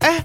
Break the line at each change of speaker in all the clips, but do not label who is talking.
哎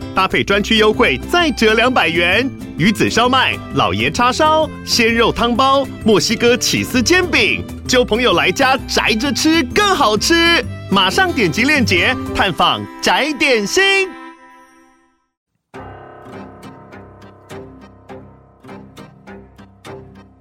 搭配专区优惠再折两百元。鱼子烧麦、老爷叉烧、鲜肉汤包、墨西哥起司煎饼，就朋友来家宅着吃更好吃。马上点击链接探访宅点心。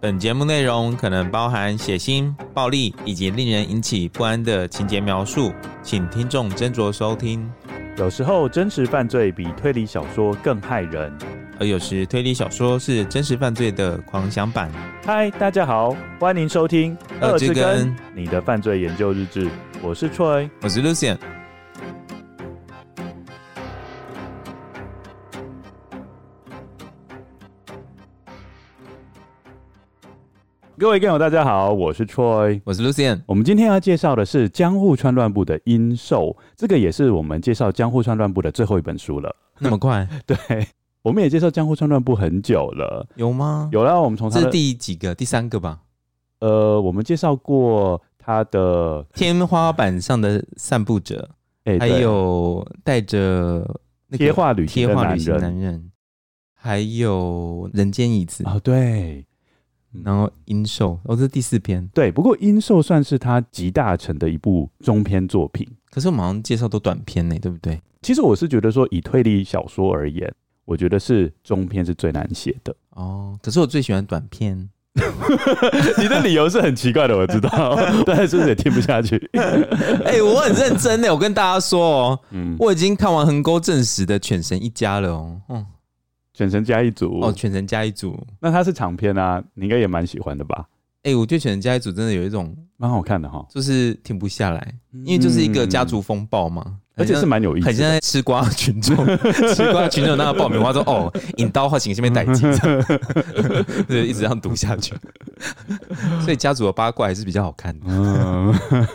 本节目内容可能包含血腥、暴力以及令人引起不安的情节描述，请听众斟酌收听。
有时候真实犯罪比推理小说更害人。
而有时推理小说是真实犯罪的狂想版。
嗨，大家好，欢迎收听《
二之根
你的犯罪研究日志》，我是 Troy。
我是 Lucian，
各位观友，大家好，我是 Troy。
我是 Lucian。
我们今天要介绍的是江户川乱步的《阴兽》，这个也是我们介绍江户川乱步的最后一本书了。
那么快
对，我们也介绍江户川乱步很久了。
有吗？
有啦，我们从
这
他
是
的
第几个？第三个吧。
呃，我们介绍过他的，
天花板上的散步者，
哎、
还
对
有带着那
贴
个
画旅行
贴
的
画
男
旅行
人
男人，还有人间椅子，
啊、对
然后阴兽，哦，这是第四篇。
对。不过《阴兽》算是他集大成的一部中篇作品。
可是我们好像介绍都短篇呢，对不对？
其实我是觉得说，以推理小说而言，我觉得是中篇是最难写的。
哦，可是我最喜欢短篇。
你的理由是很奇怪的，我知 道，但是不是也听不下去？
哎、我很认真呢，我跟大家说哦，
嗯，
我已经看完横沟正史的《犬神一家》了哦，嗯，
全神加一组
哦，《犬神家一组》
那它是长篇啊，你应该也蛮喜欢的吧？
哎、我对《犬神家一组》真的有一种
蛮好看的哈，嗯
就是停不下来，因为就是一个家族风暴嘛，
而且是蛮有意
很
思
像
的。
在吃瓜群众， 吃瓜群众那个爆米花说 哦，引刀化形下面逮鸡，这样 对，一直这样读下去。所以家族的八卦还是比较好看的，
嗯，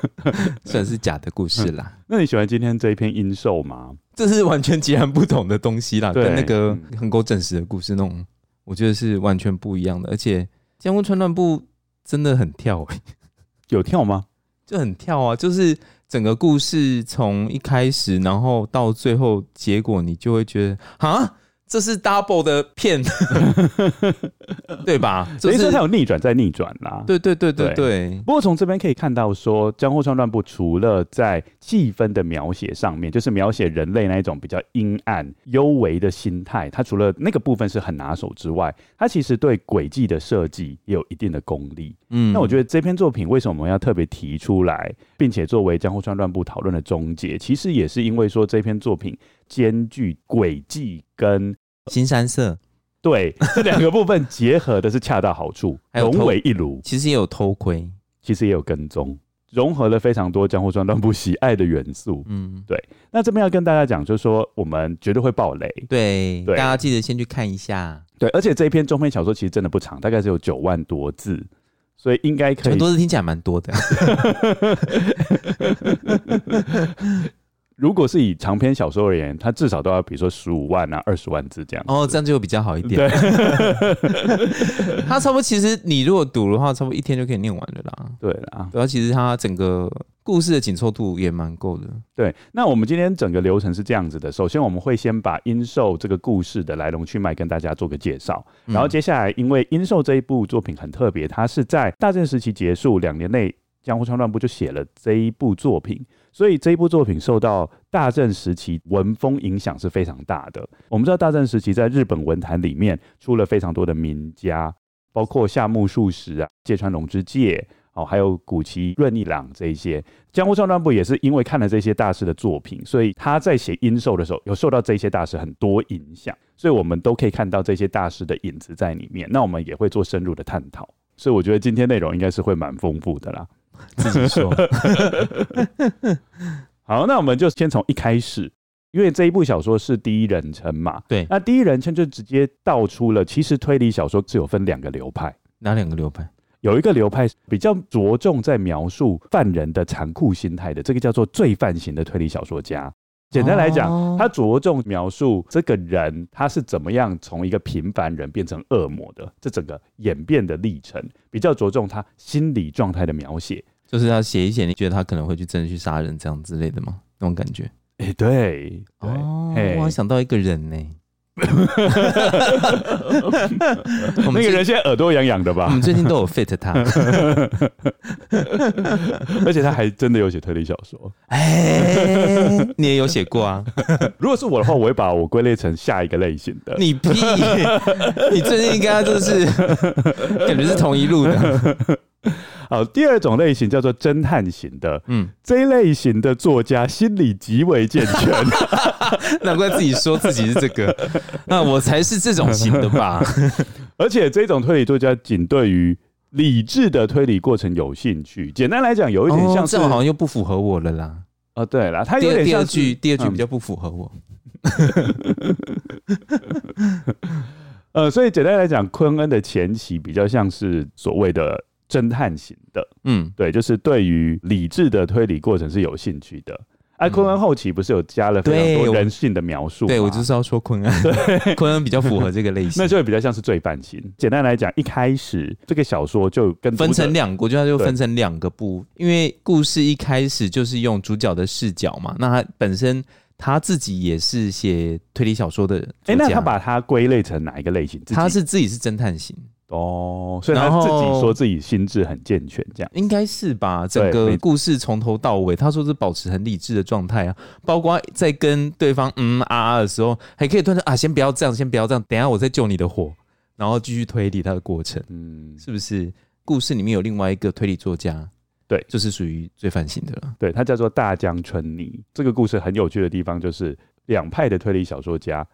虽然是假的故事啦，
那你喜欢今天这一篇阴兽吗？
这是完全截然不同的东西啦，
对
跟那个
嗯
横沟正史的故事那种，我觉得是完全不一样的。而且江户川乱步真的很跳、欸，
有跳吗？
就很跳啊，就是整个故事从一开始，然后到最后结果，你就会觉得啊，这是 double 的骗， 对吧？就
等于
是
说它有逆转再逆转啊啦。
对对对对
对
对，
不过从这边可以看到说江户川乱步除了在气氛的描写上面，就是描写人类那一种比较阴暗、幽微的心态，他除了那个部分是很拿手之外，他其实对轨迹的设计也有一定的功力。
嗯
那我觉
得
得这篇作品为什么要特别提出来，并且作为江户川乱步讨论的终结，其实也是因为说这篇作品兼具轨迹跟。
新山社
对这两个部分结合的是恰到好处，
还有
融
偷
为一炉。
其实也有偷窥，
其实也有跟踪，融合了非常多江户川乱步喜爱的元素。
嗯，
那这边要跟大家讲，就是说我们绝对会爆雷，
对，
对
大家记得先去看一下，
对，而且这一篇中篇小说其实真的不长，大概只有九万多字，所以应该可
很
以。
多字听起来蛮多的，
如果是以长篇小说而言，它至少都要比如说十五万啊、二十万字这样。
哦，这样就比较好一点。
对，
它差不多，其实你如果读的话，差不多一天就可以念完了啦。
对啦，
对啊，其实它整个故事的紧凑度也蛮够的。
对。那我们今天整个流程是这样子的：首先，我们会先把《阴兽》这个故事的来龙去脉跟大家做个介绍。然后
嗯
接下来，因为《阴兽》这一部作品很特别，它是在大正时期结束两年内，江户川乱步就写了这一部作品，所以这一部作品受到大正时期文风影响是非常大的。我们知道大正时期在日本文坛里面出了非常多的名家，包括夏目漱石啊、芥川龙之介。哦，还有古崎润一郎这一些，江户川乱步也是因为看了这些大师的作品，所以他在写《阴兽》的时候，有受到这些大师很多影响，所以我们都可以看到这些大师的影子在里面。那我们也会做深入的探讨，所以我觉得今天内容应该是会蛮丰富的啦。
自己说，
好，那我们就先从一开始，因为这一部小说是第一人称嘛，
对
那第一人称就直接道出了，其实推理小说是有分两个流派，
哪两个流派？
有一个流派比较着重在描述犯人的残酷心态的，这个叫做罪犯型的推理小说家。简单来讲，
哦
他着重描述这个人他是怎么样从一个平凡人变成恶魔的，这整个演变的历程，比较着重他心理状态的描写。
就是要写一写，你觉得他可能会去真的去杀人这样之类的吗？那种感觉。
哎、对对，
哦，
嘿
我还想到一个人 呢、我们
那个
最
人现在耳朵痒痒的
我
吧
们？最近都有 fit 他，
而且他还真的有写推理小说。
哎、你也有写过啊？
如果是我的话，我会把我归类成下一个类型 的。
你屁！你最近跟他真的是 感觉是同一路的，
好，第二种类型叫做侦探型的，
嗯，
这一类型的作家心理极为健 全，
难怪自己说自己是这个，那我才是这种型的吧？
而且这种推理作家仅对于理智的推理过程有兴趣。简单来讲， 有一点像
哦
是
这种好像又不符合我了啦。
哦对啦，他
第
有
二
点
第二
像是
句第二句
嗯
比较不符合我，
呃，所以简单来讲，昆恩的前期比较像是所谓的侦探型的，
嗯，
对，就是对于理智的推理过程是有兴趣的。啊，昆恩后期不是有加了非常
嗯对
多
我
人性的描述吗？
对我就是要说昆恩，昆恩比较符合这个类型
那。就会比较像是罪犯型。简单来讲，一开始这个小说就跟
分成
两
两，我觉得它就分成两个部，因为故事一开始就是用主角的视角嘛，那他本身他自己也是写推理小说的作
哎、那
家
他把它归类成哪一个类型？自己
他是自己是侦探型，
哦，所以他
然后
自己说自己心智很健全，这样
应该是吧？整个
没
故事从头到尾，他说是保持很理智的状态啊，包括在跟对方嗯啊啊的时候，还可以突然说啊，先不要这样，先不要这样，等一下我再救你的火，然后继续推理他的过程，
嗯，
是不是？故事里面有另外一个推理作家，
对
就是属于罪犯型的了。
对，它叫做大江春泥。这个故事很有趣的地方就是两派的推理小说家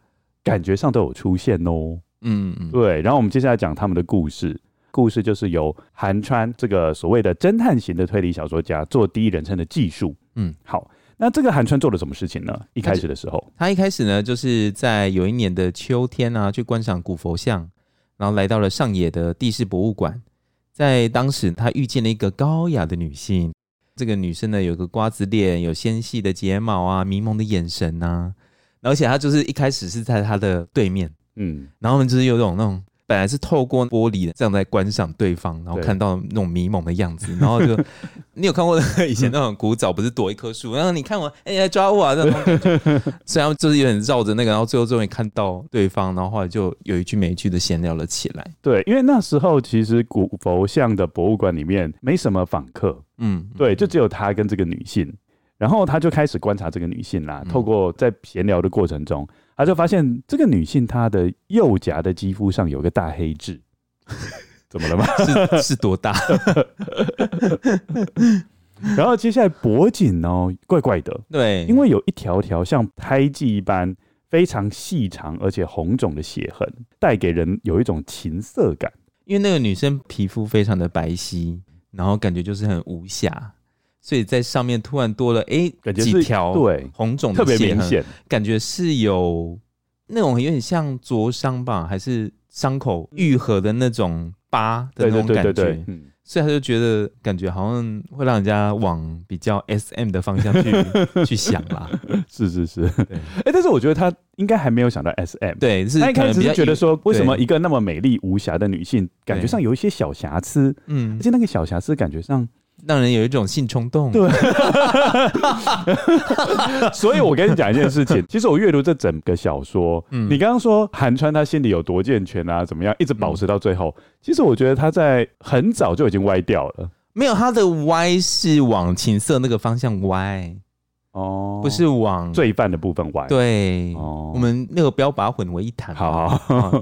感觉上都有出现哦。
嗯嗯，
对，然后我们接下来讲他们的故事。故事就是由韩川这个所谓的侦探型的推理小说家做第一人称的技术。
嗯，
好，那这个韩川做了什么事情呢？一开
他就
始的时候，
他一开始呢，就是在有一年的秋天啊，去观赏古佛像，然后来到了上野的地势博物馆。在当时，他遇见了一个高雅的女性。这个女生呢，有个瓜子脸，有纤细的睫毛啊，迷蒙的眼神呐、而且她就是一开始是在她的对面，
嗯，
然后我们就是有种那种本来是透过玻璃这样在观赏对方，然后
对
看到那种迷蒙的样 子，然后就你有看过那个以前那种古早不是躲一棵树，然后你看我，哎、你来抓我啊，这种感觉。 虽然就是有点绕着那个，然后最后终于看到对方，然后后来就有一句没一句的闲聊了起来。
对，因为那时候其实古佛像的博物馆里面没什么访客，
嗯，
对，就只有他跟这个女性。然后他就开始观察这个女性
嗯
啦，透过在闲聊的过程中，他就发现这个女性她的右颊的肌肤上有个大黑痣， 怎么了吗？
是是多大？
然后接下来脖颈哦，怪怪的，
对，
因为有一条条像胎记一般非常细长而且红肿的血痕，带给人有一种情色感。
因为那个女生皮肤非常的白皙，然后感觉就是很无瑕，所以在上面突然多了哎、
感觉是
几条
对
红肿
特
的
别
血
明
痕。
显，
感觉是有那种有点像灼伤吧，还是伤口愈合的那种疤的
对
那
对
种感觉，
对对对，嗯，
所以他就觉得感觉好像会让人家 往比较 S M 的方向去去想啦。
是是是， 哎、但是我觉得他应该还没有想到 S M，，
对，是
他一
可
开
能
始
比较
是觉得
以，
说，为什么
对
一个那么美丽无瑕的女性，感觉
对
上有一些小瑕疵，
嗯
而，且那个小瑕疵感觉上，
让人有一种性冲动。
对所以我跟你讲一件 事情，其实我阅读这整个小说，
嗯
你刚刚说韩川他心里有多健全啊，怎么样，一直保持到最后，
嗯
其实我觉得他在很早就已经歪掉了，
没有他的歪是往情色那个方向歪，
哦
不是往
罪犯的部分歪，，
对。
哦
我们那个不要把它混为一谈。
好好
啊，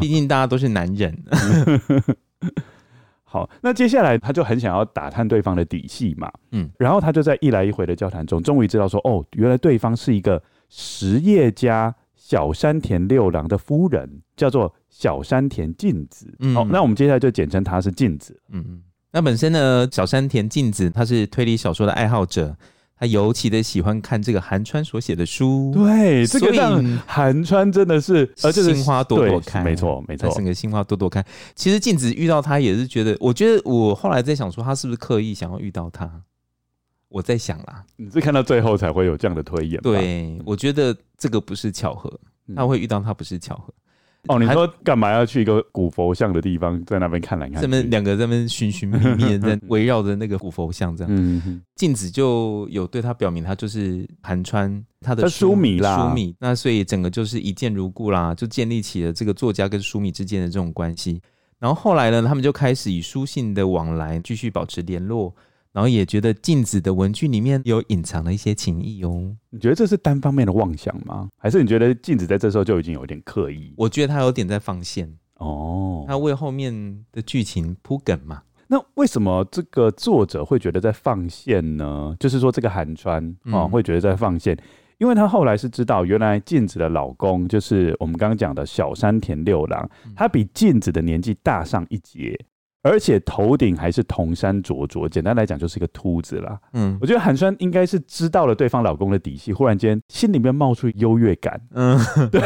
毕竟大家都是男人。
好，那接下来他就很想要打探对方的底细嘛，
嗯
嗯，然后他就在一来一回的交谈中，终于知道说，哦，原来对方是一个实业家小山田六郎的夫人，叫做小山田静子。
嗯
好，那我们接下来就简称她是静子。
嗯，嗯，那本身呢，小山田静子她是推理小说的爱好者，他尤其的喜欢看这个韩川所写的书，
对，这
所
个
以
让韩川真的是，呃，就是
心花朵朵
对
开
没错，没
他
错
整，个心花朵朵开。其实静子遇到他也是觉得，我觉得我后来在想说，他是不是刻意想要遇到他？我在想啦，
你是看到最后才会有这样的推演吧，
对，我觉得这个不是巧合，
嗯
他会遇到他不是巧合。
哦，你
还
说干嘛要去一个古佛像的地方，在那边看来看去？
这边两个在那边寻寻觅觅， 在围绕着那个古佛像这样。
嗯，嗯，
镜子就有对他表明，他就是韩川他的
他书迷啦
书迷。那所以整个就是一见如故啦，就建立起了这个作家跟书迷之间的这种关系。然后后来呢，他们就开始以书信的往来继续保持联络，然后也觉得镜子的文具里面有隐藏了一些情意哦。
你觉得这是单方面的妄想吗？还是你觉得镜子在这时候就已经有点刻意？
我觉得他有点在放线，
哦，
他为后面的剧情铺梗嘛。
那为什么这个作者会觉得在放线呢？就是说这个韩川啊、哦
嗯
会觉得在放线，因为他后来是知道，原来镜子的老公就是我们刚刚讲的小山田六郎，他比镜子的年纪大上一截。而且头顶还是铜山灼灼，简单来讲就是一个秃子啦。
嗯
我觉得韩川应该是知道了对方老公的底细，忽然间心里面冒出优越感，
嗯，对。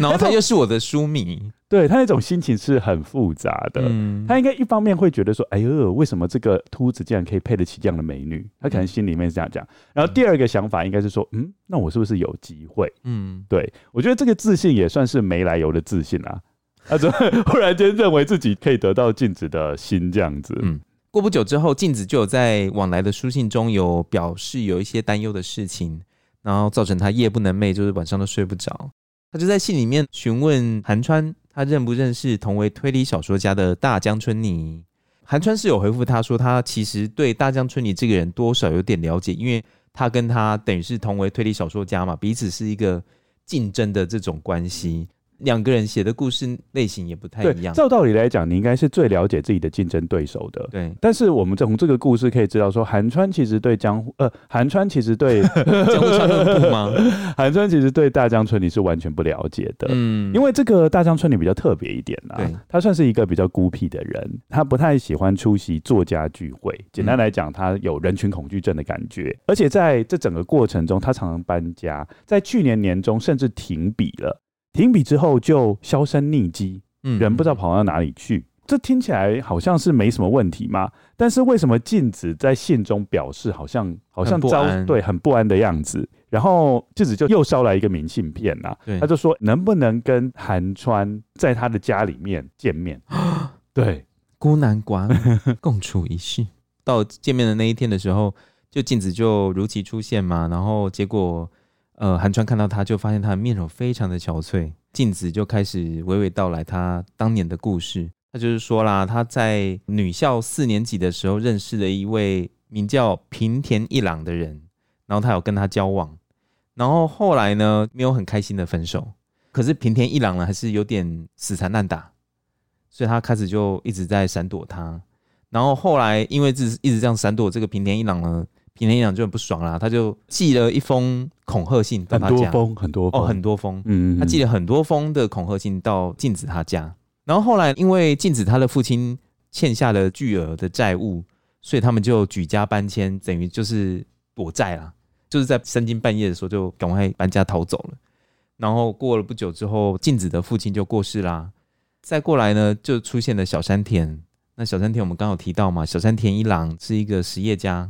然后他又是我的书迷，
对他那种心情是很复杂的。
嗯
他应该一方面会觉得说，哎呦，为什么这个秃子竟然可以配得起这样的美女？他可
嗯
能心里面是这样讲。然后第二个想法应该是说，嗯，那我是不是有机会？
嗯。
对我觉得这个自信也算是没来由的自信啊。他怎么忽然间认为自己可以得到镜子的心这样子？
嗯过不久之后，镜子就有在往来的书信中有表示有一些担忧的事情，然后造成他夜不能寐，就是晚上都睡不着。他就在信里面询问韩川，他认不认识同为推理小说家的大江春泥。韩川是有回复他说，他其实对大江春泥这个人多少有点了解，因为他跟他等于是同为推理小说家嘛，彼此是一个竞争的这种关系，两个人写的故事类型也不太
对
一，样。
照道理来讲，你应该是最了解自己的竞争对手的。
对，
但是我们从这个故事可以知道，说韩川其实对江户，呃，韩川其实对
江户川乱步吗？
韩川其实对大江村里是完全不了解的。
嗯
因为这个大江村里比较特别一点啦、
对
他算是一个比较孤僻的人，他不太喜欢出席作家聚会。简单来讲，他有人群恐惧症的感觉，
嗯
而且在这整个过程中，他常常搬家，在去年年中甚至停笔了。停笔之后就销声匿迹，
嗯
人不知道跑到哪里去。这听起来好像是没什么问题嘛，但是为什么镜子在信中表示好像好像
很不
遭
安
对很不安的样子？然后镜子就又捎来一个明信片呐、
对
他就说能不能跟韩川在他的家里面 见面？对，
孤男寡 女共处一室。到见面的那一天的时候，就镜子就如期出现嘛，然后结果呃，韩川看到他就发现他的面容非常的憔悴，镜子就开始娓娓道来他当年的故事。他就是说啦，他在女校四年级的时候认识了一位名叫平田一郎的人，然后他有跟他交往，然后后来呢没有很开心的分手，可是平田一郎呢还是有点死缠烂打，所以他开始就一直在闪躲他。然后后来因为一直一直这样闪躲这个平田一郎呢，平田一郎就很不爽啦，他就寄了一封恐吓信到
很
他
多
家，
封，很多封，
哦，很多封，
嗯，嗯，
他寄
得
了很多封的恐吓信到镜子他家。然后后来因为镜子他的父亲欠下了巨额的债务，所以他们就举家搬迁，等于就是躲债啦，就是在三更半夜的时候就赶快搬家逃走了。然后过了不久之后，镜子的父亲就过世啦。再过来呢，就出现了小山田。那小山田我们刚好提到嘛，小山田一郎是一个实业家，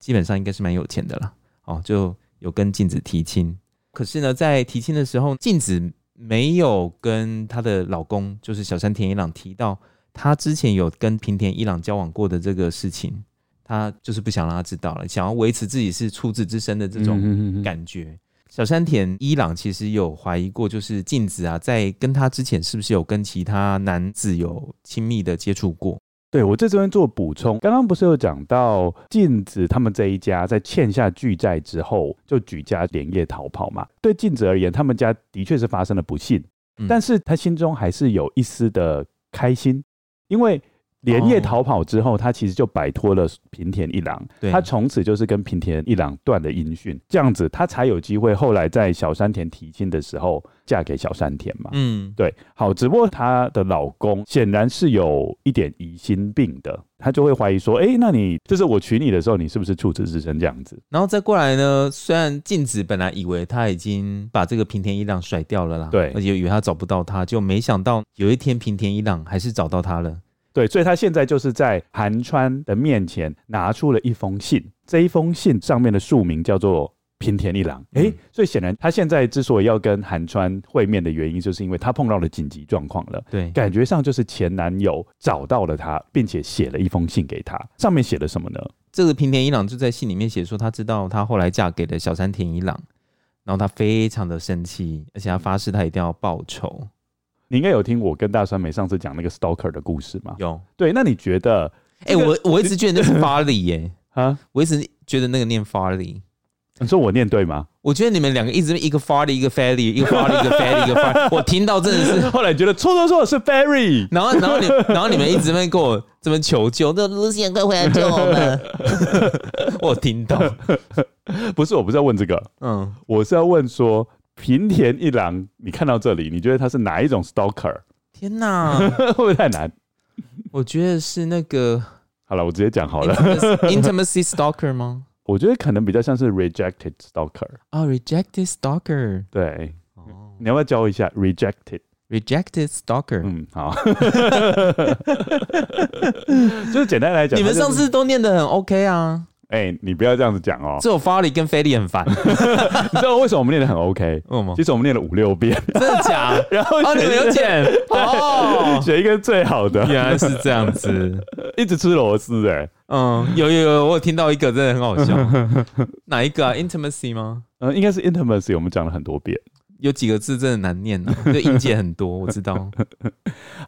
基本上应该是蛮有钱的啦。哦，就有跟镜子提亲。可是呢，在提亲的时候，镜子没有跟她的老公，就是小山田一郎提到她之前有跟平田一郎交往过的这个事情，她就是不想让他知道了，想要维持自己是处子之身的这种
种
感觉。小山田伊朗其实有怀疑过，就是镜子啊，在跟他之前是不是有跟其他男子有亲密的接触过？
对我在这边做补充，刚刚不是有讲到镜子他们这一家在欠下巨债之后就举家连夜逃跑嘛？对镜子而言，他们家的确是发生了不幸，
嗯
但是他心中还是有一丝的开心，因为连
哦
夜逃跑之后，他其实就摆脱了平田一郎，
对
他从此就是跟平田一郎断了音讯，这样子他才有机会后来在小山田提亲的时候嫁给小山田嘛。
嗯，
对，好，只不过她的老公显然是有一点疑心病的，他就会怀疑说，哎、那你就是我娶你的时候，你是不是处子之身这样子？
然后再过来呢，虽然镜子本来以为他已经把这个平田一郎甩掉了啦，
对
而且以为他找不到他，就没想到有一天平田一郎还是找到他了。
对，所以他现在就是在韩川的面前拿出了一封信，这一封信上面的署名叫做平田一郎。诶，
嗯
所以显然他现在之所以要跟韩川会面的原因，就是因为他碰到了紧急状况了。
对，
感觉上就是前男友找到了他，并且写了一封信给他，上面写了什么呢？
这个平田一郎就在信里面写说，他知道他后来嫁给了小山田一郎，然后他非常的生气，而且他发誓他一定要报仇。
你应该有听我跟大川美上次讲那个 stalker 的故事吗？
有，
对，那你觉得
哎、
这个
我我一直觉得那是 Farley 耶、
啊？
我一直觉得那个念 Farley。
你说我念对吗？
我觉得你们两个一直一个 Farley 一个 Farley 一个 Farley 一个 Farley 一个 Farley，我 听到真的是
后来觉得错错错是 Barry，
然后，然后你，然后你们一直在跟我这边求救，那 Lucy 快回来救我们！ 我有听到，
不是，我不是要问这个，
嗯，
我是要问说，平田一郎，你看到这里，你觉得他是哪一种 stalker？
天哪，
会不会太难？
我觉得是那个
好了，我直接讲好了。
intimacy intimacy stalker 吗？
我觉得可能比较像是 rejected stalker。
啊、r e j e c t e d stalker，
对，
哦
你要不要教一下 rejected？
，rejected stalker，、
嗯， 好。就是简单来讲，
你们
他就是
上次都念得很 OK 啊，
哎、你不要这样子讲哦。
只有 Farley 跟 Farley 很 烦，为
你知道为什么我们念的很 OK？
什么？
其实我们念了五 六遍，
真的假？
然后
哦哦，你们有
选
剪哦，嗯
选一个最好的，
原来是这样子。
一直吃螺丝哎、
嗯，有有有，我有听到一个真的很好笑，哪一个啊？Intimacy 吗？
嗯，应该是 intimacy，我们讲了很多遍。
有几个字真的难念啊，就音节很多，我知道。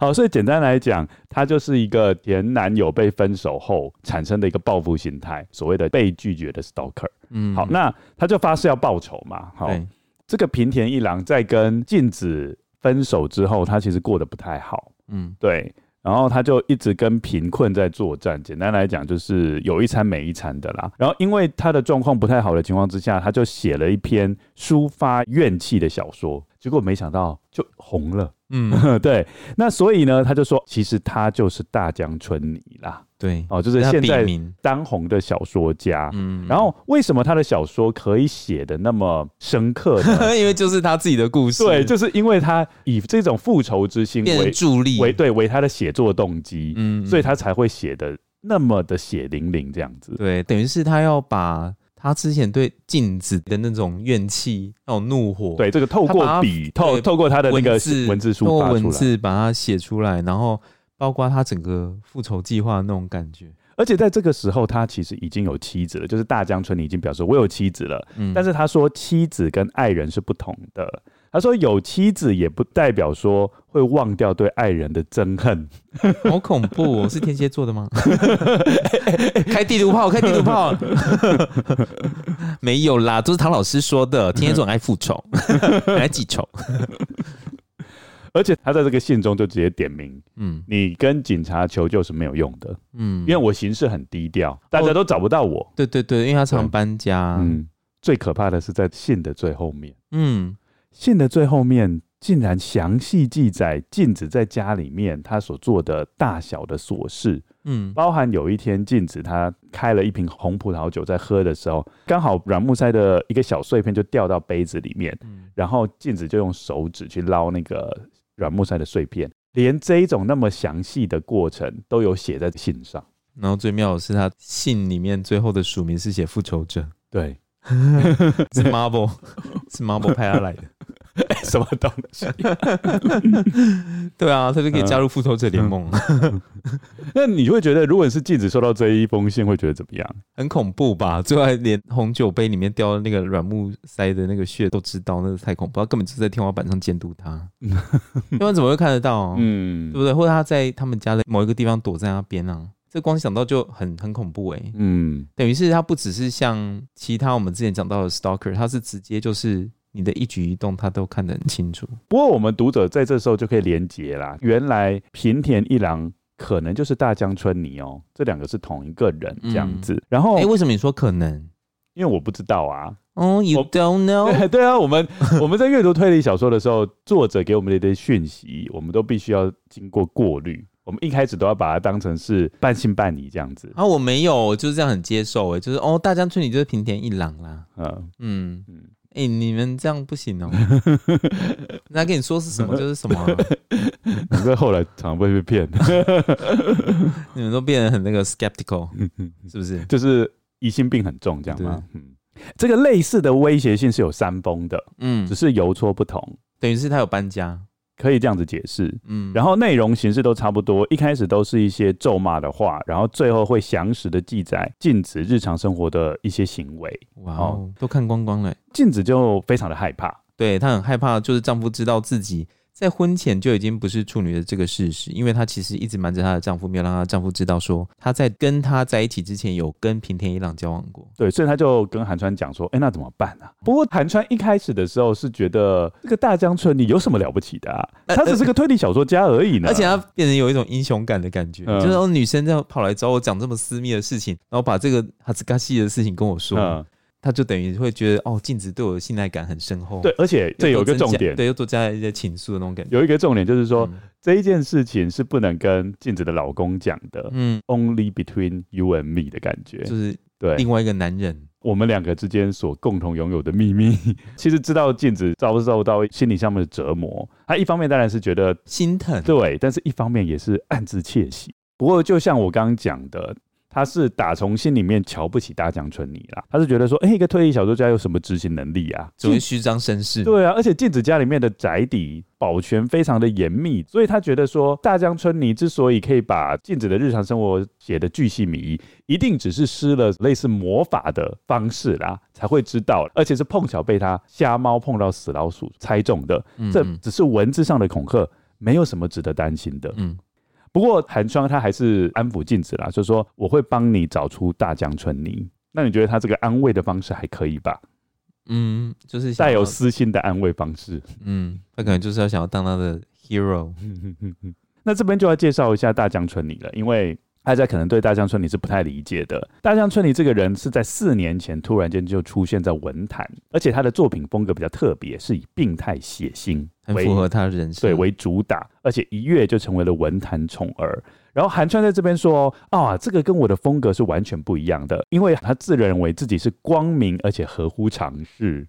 好，所以简单来讲，他就是一个前男友被分手后产生的一个报复心态，所谓的被拒绝的 stalker。
嗯，
好，那他就发誓要报仇嘛。好，
对，
这个平田一郎在跟镜子分手之后，他其实过得不太好，
嗯
对。然后他就一直跟贫困在作战，简单来讲就是有一餐没一餐的啦。然后因为他的状况不太好的情况之下，他就写了一篇抒发怨气的小说，结果没想到就红了。
嗯，
对，那所以呢，他就说，其实他就是大江春泥啦，
对，
哦，就是
他
现
笔
在
名，
当红的小说家。
嗯，
然后为什么他的小说可以写的那么深刻呢？
因为 就是他自己的故事，
对，就是因为他以这种复仇之心
变成
为
助力，
为对为他的写作动机，
嗯，
所以他才会写的那么的血淋淋这样子。
对，等于是他要把他之前对镜子的那种怨气、那种怒火，
对，这个透
他把
过
它
笔透
对
透过他的那
文
个
字
文字
通
抒
过
发出
文
来，
字把它写出来，然后包括他整个复仇计划的那种感觉，
而且在这个时候，他其实已经有妻子了，就是大江春里已经表示我有妻子了，
嗯，
但
是
是他说妻子跟爱人是不同的。他说有妻子也不代表说会忘掉对爱人的憎恨。
好恐怖哦，是天蝎座的吗？ 开地图炮，开地图炮， 没有啦，都是唐老师说的。天蝎座很爱复 仇，很爱记仇。
而且他在这个信中就直接点名，
嗯
你跟警察求救是没有用的，
嗯，哦
因为我行事很低调，大家都找不到我。
对对对，因为他常搬家。嗯
嗯，最可怕的是在信的最后面，
嗯，
信的最后面竟然详细记载镜子在家里面他所做的大小的琐事，
嗯
包含有一天镜子他开了一瓶红葡萄酒在喝的时候，刚好软木塞的一个小碎片就掉到杯子里面，
嗯
然后镜子就用手指去捞那个软木塞的碎片，连这一种那么详细的过程都有写在信上。
然后最妙的是他信里面最后的署名是写复仇 者，
对，
是 Marvel，是 Marvel 派他来 的。哎
什么东西？
对啊，他就可以加入复仇者联盟，啊
那你会觉得，如果你是镜子收到这一封信，会觉得怎么样？
很恐怖吧？ 最后还连红酒杯里面掉的那个软木塞的那个血都知道，那个太恐怖，他根本就是在天花板上监督 他，要不然怎么会看得到、啊？
嗯
对不对？或者他在他们家的某一个地方躲在那边啊，这光想到就很很恐怖哎、
嗯，
等于是他不只是像其他我们之前讲到的 stalker，他是直接就是你的一举一动他都看得很清楚。
不过我们读者在这时候就可以连结啦。原来平田一郎可能就是大江春泥哦，这两个是同一个人这样
嗯
子。然后
哎、为什么你说可能？
因为我不知道啊，
哦、y o u
我
don't know，
对对啊，我们我们在阅读推理小说的时候，作者给我们的一些讯息，我们都必须要经过过滤。我们一开始都要把它当成是半信半疑这样子。
啊，我没有，我就是这样很接受哎，就是哦，大江春里就是平田一郎啦，
嗯
嗯
嗯
嗯，哎、你们这样不行 哦，人家跟你说是什么就是什么啊、
可是后来常常被被骗，
你们都变得很那个 skeptical，是不
嗯
是？
就是疑心病很重，这样吗？嗯，这个类似的威胁性是有三峰的，
嗯
只，是邮戳不同，
等于是他有搬家，
可以这样子解释。
嗯，
然
后
后内容形式都差不多，一开始都是一些咒骂的话，然后最后会详实的记载禁止日常生活的一些行为。
哇哦，都看光光了欸，
禁止就非常的害怕，
对她很害怕，就是丈夫知道自己在婚前就已经不是处女的这个事实，因为她其实一直瞒着她的丈夫，没有让她丈夫知道说她在跟她在一起之前有跟平田一郎交往过。
对，所以他就跟韩川讲说：“哎、那怎么办啊？”不过韩川一开始的时候是觉得这个大江春你有什么了不起的啊？
呃
他只是个推理小说家而已呢。
而且她变成有一种英雄感的感觉，
嗯
就是哦，女生这样跑来找我讲这么私密的事情，然后把这个哈兹卡西的事情跟我说，
嗯，
她就等于会觉得哦，镜子对我的信赖感很深厚。
对，，而且这有一个重点，
对，又多加了一些情愫的那种感觉。
有一个重点就是说、
嗯
这一件事情是不能跟镜子的老公讲的、
嗯，
o n l y between you and me 的感觉。
就是
对，
另外一个男人，
我们两个之间所共同拥有的秘密， 其实知道镜子遭受到心理上面的折磨，他一方面当然是觉得
心疼。
对，但是一方面也是暗自窃喜。不过，就像我刚刚讲的，他是打从心里面瞧不起大江春泥啦，他是觉得说，哎、一个推理小说家有什么执行能力啊？
只会虚张声势。
对啊，而且镜子家里面的宅邸保全非常的严密，所以他觉得说，大江春泥之所以可以把镜子的日常生活写的巨细靡遗，一定只是施了类似魔法的方式啦，才会知道，而且是碰巧被他瞎猫碰到死老鼠猜中的，
嗯，
这
嗯
只是文字上的恐吓，没有什么值得担心的。
嗯
不过寒霜他还是安抚镜子啦，就说我会帮你找出大江春泥。那你觉得他这个安慰的方式还可以吧？
嗯，就是想
带有
要
私心的安慰方式。
嗯，他可能就是要想要当他的 hero。
那这边就要介绍一下大江春里了，因为大家可能对大江春里是不太理解的。大江春里这个人是在四年前突然间就出现在文坛，而且他的作品风格比较特别，是以病态血腥
很
为
符合嗯他的人设，
对为主打，而且一跃就成为了文坛宠儿。然后韩川在这边说啊，这个跟我的风格是完全不一样的，因为他自认为自己是光明而且合乎常识，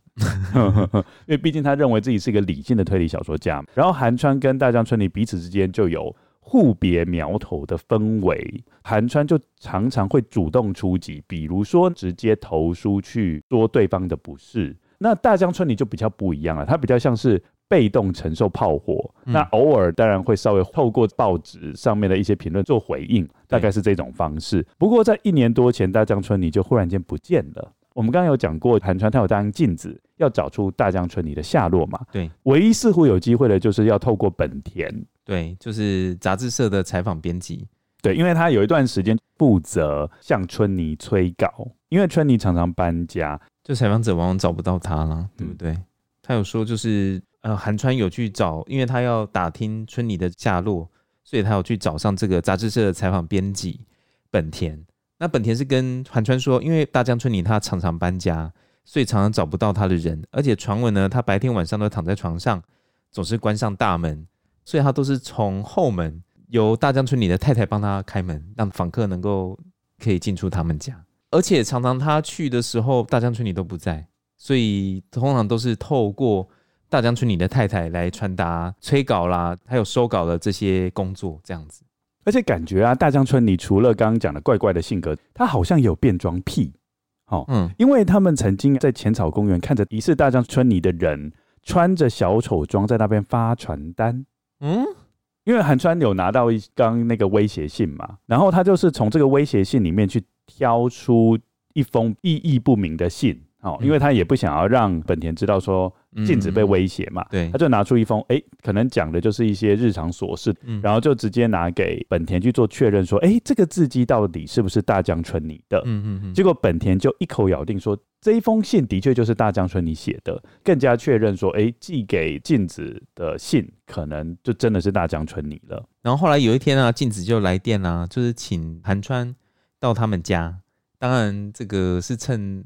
因为毕竟他认为自己是一个理性的推理小说家。然后韩川跟大江春里彼此之间就有互别苗头的氛围，韩川就常常会主动出击，比如说直接投书去说对方的不是。那大江春里就比较不一样了，他比较像是被动承受炮火，
嗯
那偶尔当然会稍微透过报纸上面的一些评论做回应，大概是这种方式。不过在一年多前，大江春里就忽然间不见了。我们刚刚有讲过，韩川他有答应镜子要找出大江春里的下落嘛？
对，
唯一似乎有机会的就是要透过本田，
对，就是杂志社的采访编辑，
对，因为他有一段时间负责向春妮催稿，因为春妮常常搬家，
就采访者往往找不到他啦，对不对？他有说就是呃，韩川有去找，因为他要打听春妮的下落，所以他有去找上这个杂志社的采访编辑本田。那本田是跟韩川说，因为大江春妮她常常搬家，所以常常找不到她的人，而且传闻呢，她白天晚上都躺在床上，总是关上大门，所以她都是从后门由大江春里的太太帮她开门，让访客能够可以进出他们家。而且常常她去的时候，大江春里都不在，所以通常都是透过大江春里的太太来传达催稿啦，还有收稿的这些工作，这样子。
而且感觉啊，大江春妮除了刚刚讲的怪怪的性格，他好像有变装癖，
嗯，
因为他们曾经在浅草公园看着疑似大江春妮的人穿着小丑装在那边发传单，
嗯，
因为韩川有拿到一刚那个威胁信嘛，然后他就是从这个威胁信里面去挑出一封意义不明的信，哦，因为他也不想要让本田知道说
嗯
禁止被威胁嘛，
对
他就拿出一封，哎、可能讲的就是一些日常琐事，
嗯
然后就直接拿给本田去做确认，说，哎、这个字迹到底是不是大江春你的？
嗯嗯嗯，
结果本田就一口咬定说，这一封信的确就是大江春你写的，更加确认说，哎、寄给镜子的信可能就真的是大江春你了。
然后后来有一天啊，镜子就来电啦、嗯就是请韩川到他们家。当然，这个是趁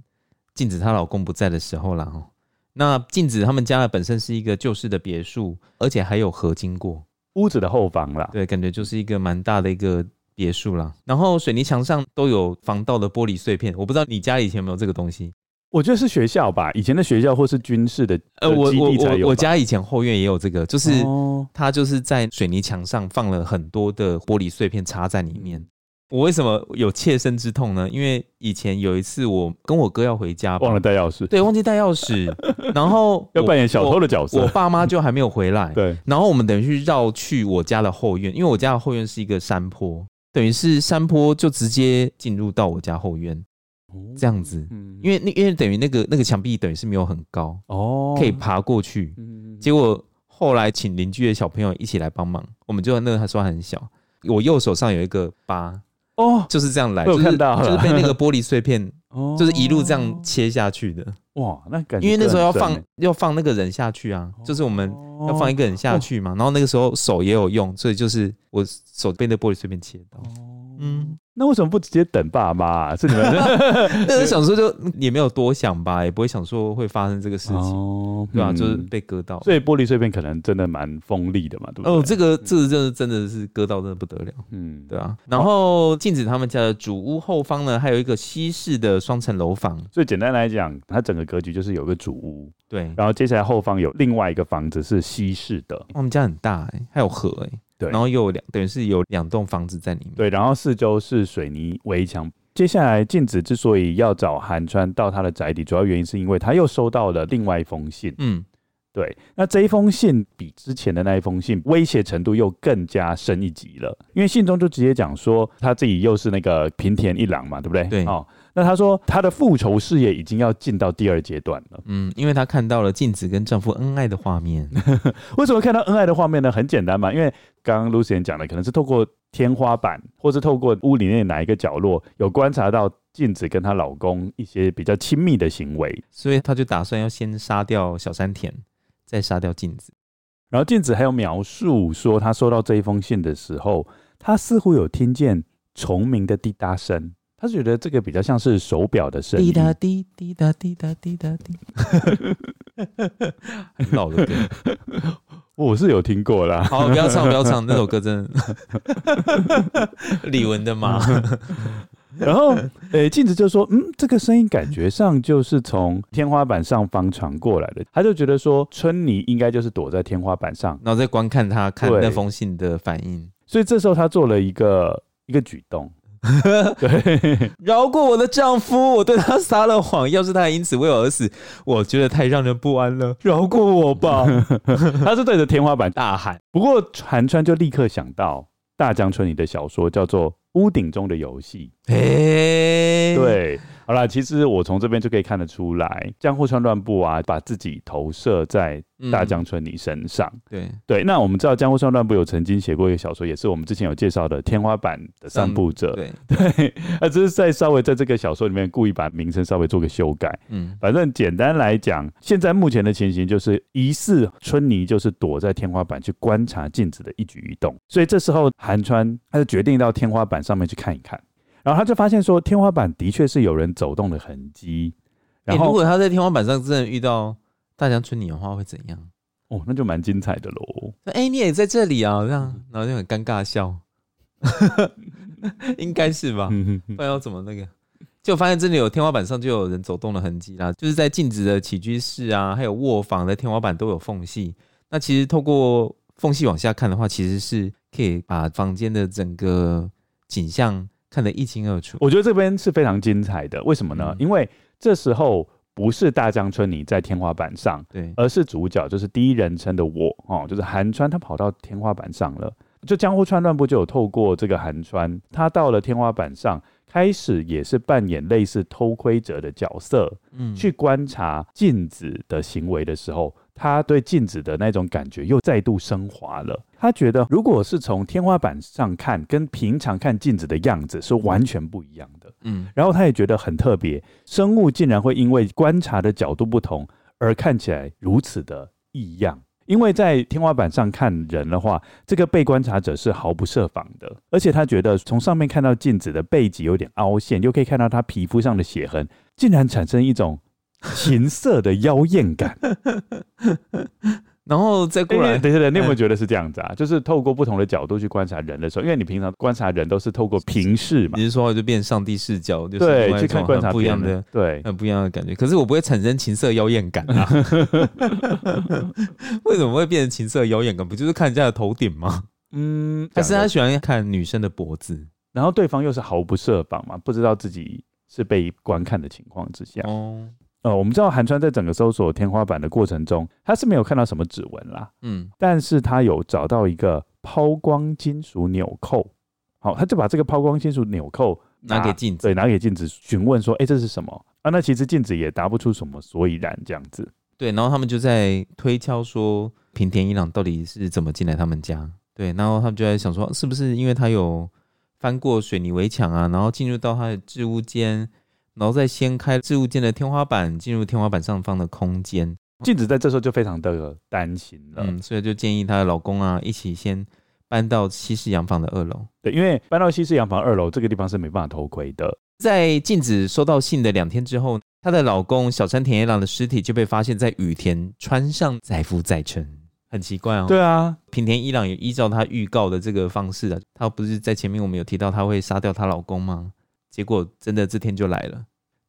镜子她老公不在的时候啦。哦，那镜子他们家本身是一个旧式的别墅，而且还有河经过，
屋子的后方啦，
对，感觉就是一个蛮大的一个别墅啦。然后水泥墙上都有防盗的玻璃碎片，我不知道你家以前有没有这个东西。
我觉得是学校吧，以前的学校或是军事的
呃，
的
我
基
我
地才有
我我
吧
家以前后院也有这个，就是
哦
它就是在水泥墙上放了很多的玻璃碎片插在里面。我为什么有切身之痛呢？因为以前有一次我跟我哥要回家，
忘了带钥匙，
对，忘记带钥 匙，然后
要
我
扮演小偷的角
我，我
色。
爸妈就还没有回来，
对，
然后我们等于去绕去我家的后院，因为我家的后院是一个山坡，等于是山坡就直接进入到我家后院这样子，
嗯，
因为那因为等于那个那个墙壁等于是没有很高，
哦
可以，爬过去，
嗯
结果后来请邻居的小朋友一起来帮忙，我们就那个他说很小，我右手上有一个疤，
哦
就是这样来，
我有
就是
看到了
就是被那个玻璃碎片，
哦
就是一路这样切下去的。
哇，那感觉哦
因为那时候要放
真的
要放那个人下去啊，就是我们
很
要放一个人
哦
下去嘛，然后那个时候手也有用，所以就是我手被那玻璃碎片切到。
哦
嗯，
那为什么不直接等爸妈啊？是你 们
那时候想说就也没有多想吧，也不会想说会发生这个事情，
哦
对吧？
嗯
就是被割到。
所以嗯玻璃碎片可能真的蛮锋利的嘛，对不对？
哦，这个这个真的真的是割到真的不得了。
嗯，
对啊，然后禁止他们家的主屋后方呢，还有一个西式的双层楼房。
所以简单来讲，它整个格局就是有个主屋，
对，
然后接下来后方有另外一个房子是西式的，
他们家很大哎、还有河哎、
对
然后又有两，等于是有两栋房子在里面。
对，然后四周是水泥围墙。接下来，镜子之所以要找韩川到他的宅邸，主要原因是因为他又收到了另外一封信。
嗯，
对，那这一封信比之前的那一封信威胁程度又更加深一级了，因为信中就直接讲说他自己又是那个平田一郎嘛，对不对？
对
哦，那他说他的复仇事业已经要进到第二阶段了。
嗯，因为她看到了镜子跟丈夫恩爱的画面。
为什么看到恩爱的画面呢？很简单嘛，因为刚刚 Lucian 讲的，可能是透过天花板，或是透过屋里面哪一个角落，有观察到镜子跟她老公一些比较亲密的行为。
所以她就打算要先杀掉小山田，再杀掉镜子。
然后镜子还有描述说，她收到这一封信的时候，她似乎有听见虫鸣的滴答声，她觉得这个比较像是手表的声音。
滴答滴滴答滴答滴答滴， 很老的 歌。
我是有听过 啦。
好，不要唱，不要唱，那首歌真的。 李玟的嘛，
嗯然后，呃，镜子就说：“嗯，这个声音感觉上就是从天花板上方传过来的。”他就觉得说，春妮应该就是躲在天花板上，
然后再观看她看
对
那封信的反应。
所以这时候他做了一个一个举 动，
饶过我的丈夫，我对他撒了谎。要是他也因此为我而死，我觉得太让人不安了。饶过我吧！
他是对着天花板。
大喊。
不过韩川就立刻想到大江春里的小说叫做《屋顶中的游戏
哎、》。嗯
对，好啦，其实我从这边就可以看得出来，江户川乱步啊，把自己投射在
嗯
大江春里身上。
对
对，那我们知道江户川乱步有曾经写过一个小说，也是我们之前有介绍的《天花板的散步者》
嗯对，
那只是在稍微在这个小说里面故意把名称稍微做个修改。
嗯
反正简单来讲，现在目前的情形就是，疑似春妮就是躲在天花板去观察镜子的一举一动，所以这时候韩川他就决定到天花板上面去看一看，然后他就发现说，天花板的确是有人走动的痕迹，然
欸如
后、
果他在天花板上真的遇到大江春你的话，会怎样？
哦，那就蛮精彩的喽。
说哎、你也在这里啊，这
嗯
样，然后就很尴尬地笑， 应该是吧？
嗯哼哼
不然要怎么那个？就发现这里有天花板上就有人走动的痕迹啦，就是在镜子的起居室啊，还有卧房的天花板都有缝隙。那其实透过缝隙往下看的话，其实是可以把房间的整个景象看得一清二楚。
我觉得这边是非常精彩的，为什么呢？
嗯
因为这时候不是大江春妮在天花板上，
对，
而是主角就是第一人称的我哦，就是韩川，他跑到天花板上了。就江户川乱步就有透过这个韩川，他到了天花板上，开始也是扮演类似偷窥者的角色，
嗯
去观察镜子的行为的时候，他对镜子的那种感觉又再度升华了。他觉得，如果是从天花板上看，跟平常看镜子的样子是完全不一样的。
嗯
然后他也觉得很特别，生物竟然会因为观察的角度不同而看起来如此的异样。因为在天花板上看人的话，这个被观察者是毫不设防的，而且他觉得从上面看到镜子的背脊有点凹陷，又可以看到他皮肤上的血痕，竟然产生一种情色的妖艳感。
然后再过来，
对对对，你有没有觉得是这样子啊？就是透过不同的角度去观察人的时候，因为你平常观察人都是透过平视嘛
你，是说就变上帝视角，就是另
对，
外一
去看
种
观
很
察
不一
别
样
人
的。，
对，
很不一样的感觉，可是我不会产生情色妖艳感 啊！为什么会变成情色妖艳感？不就是看人家的头顶吗？
嗯，
还是他喜欢看女生的脖子？
然后对方又是毫不设防嘛，不知道自己是被观看的情况之下，
哦，
呃，我们知道韩川在整个搜索天花板的过程中，他是没有看到什么指纹啦，
嗯，
但是他有找到一个抛光金属纽扣，好，他就把这个抛光金属纽扣
拿给镜子。
对拿给镜子询问说，哎，这是什么？啊，那其实镜子也答不出什么所以然这样子。
对，然后他们就在推敲说平田一朗到底是怎么进来他们家。对，然后他们就在想说，是不是因为他有翻过水泥围墙啊，然后进入到他的置物间，然后再掀开置物间的天花板，进入天花板上方的空间。
镜子在这时候就非常的担心了，
嗯，所以就建议她的老公啊，一起先搬到西式洋房的二楼。
对，因为搬到西式洋房二楼这个地方是没办法偷窥的，
在静子收到信的两天之后，她的老公小山田一郎的尸体就被发现在雨田穿上载浮载沉，很奇怪哦。
对啊，
平田一朗也依照他预告的这个方式啊，他不是在前面我们有提到他会杀掉她老公吗？结果真的这天就来了。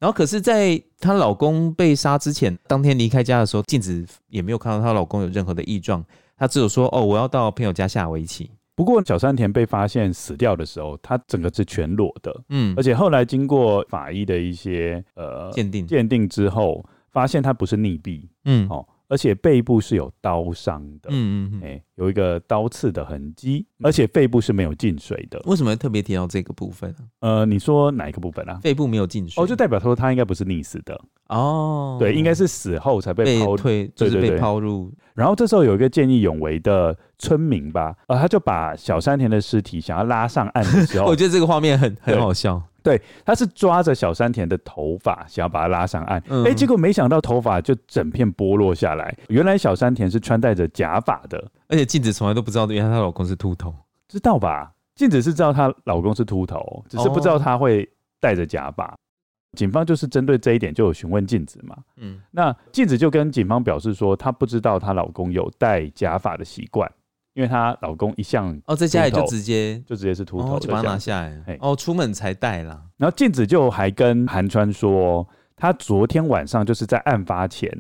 然后可是，在她老公被杀之前，当天离开家的时候，静子也没有看到她老公有任何的异状，她只有说：“哦，我要到朋友家下围棋。
不过小山田被发现死掉的时候，他整个是全裸的，”
嗯
而，且后来经过法医的一些呃
鉴定，
鉴定之后，发现他不是溺毙
嗯
哦，而且背部是有刀伤的，哎、
嗯嗯嗯。
有一个刀刺的痕迹，而且肺部是没有进水的。
为什么要特别提到这个部分啊？
呃，你说哪一个部分啊？
肺部没有进水
哦，就代表说他应该不是溺死的，
哦，
对，应该是死后才被
被
抛
退，就是
对对
被
对
抛入，
然后这时候有一个见义勇为的村民吧，呃，他就把小山田的尸体想要拉上岸的时 候
我，觉得这个画面很很
哦对
好笑。
他是抓着小山田的头发，想要把他拉上岸。哎、
嗯
结果没想到头发就整片剥落下来。原来小山田是穿戴着假发的，
而且镜子从来都不知道，原来她老公是秃头。
知道吧？静子是知道她老公是秃头，只是不知
哦
道他会戴着假发。警方就是针对这一点就有询问镜子嘛。
嗯，
那镜子就跟警方表示说，她不知道她老公有戴假发的习惯，因为她老公一向
哦，在家里
秃
就
头
直接
就直接是秃头
哦，
的
就
这
把
样
它
子、
拿下来
嘿。
哦，出门才戴啦。
然后镜子就还跟韩川说，他昨天晚上就是在案发前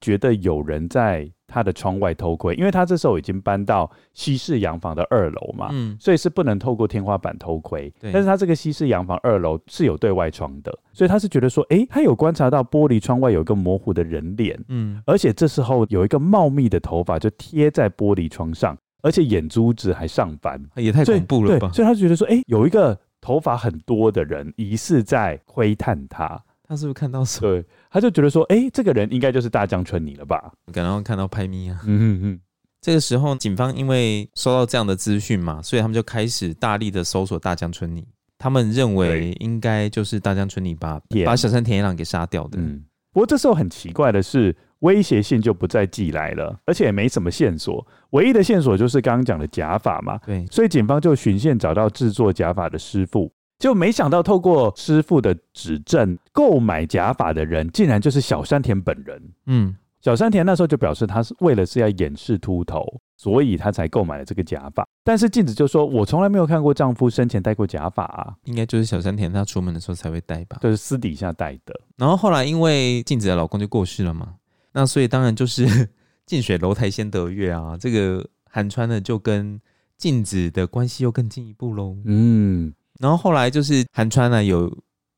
觉得有人在他的窗外偷窥，因为他这时候已经搬到西式洋房的二楼嘛，
嗯，
所以是不能透过天花板偷窥。
对
但是他这个西式洋房二楼是有对外窗的，所以他是觉得说，诶，他有观察到玻璃窗外有一个模糊的人脸，
嗯，
而且这时候有一个茂密的头发就贴在玻璃窗上，而且眼珠子还上翻。
也太
所以
恐怖了吧
对，？所以他就觉得说，哎、有一个头发很多的人疑似在窥探他，
他是不是看到什么？
对，他就觉得说，哎、这个人应该就是大江春泥了吧？
感到看到拍咪啊？
嗯嗯嗯。
这个时候，警方因为收到这样的资讯嘛，所以他们就开始大力的搜索大江春里。他们认为应该就是大江春里把
也
把小山田一郎给杀掉的。
嗯，不过这时候很奇怪的是，威胁性就不再寄来了，而且也没什么线索，唯一的线索就是刚刚讲的假发嘛，
对，
所以警方就循线找到制作假发的师傅。就没想到，透过师傅的指证，购买假发的人竟然就是小山田本人。
嗯，
小山田那时候就表示，他是为了是要掩饰秃头，所以他才购买了这个假发。但是镜子就说：“我从来没有看过丈夫生前戴过假发啊，
应该就是小山田他出门的时候才会戴吧。
就是私底下戴的。
然后后来因为镜子的老公就过世了嘛，那所以当然就是 近水楼台先得月啊。这个韩川呢就跟镜子的关系又更进一步喽”。
嗯，
然后后来就是韩川呢有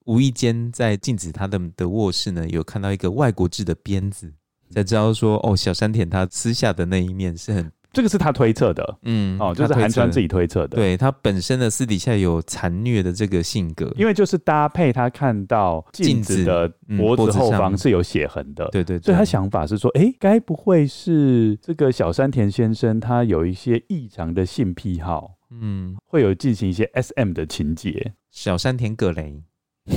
无意间在镜子他的的卧室呢有看到一个外国制的鞭子，才知道说哦小山田他私下的那一面是很
这个是他推测的
嗯，
哦，就是
他推测
韩川
的
自己推测的。，
对他本身的私底下有残虐的这个性格，
因为就是搭配他看到镜
镜
子
子
的
嗯
脖
脖
子
子
后
上
方是有血痕的，
对对对，
所以他想法是说，诶，该不会是这个小山田先生他有一些异常的性癖好，
嗯，
会有进行一些 SM 的情节？
小山田葛雷。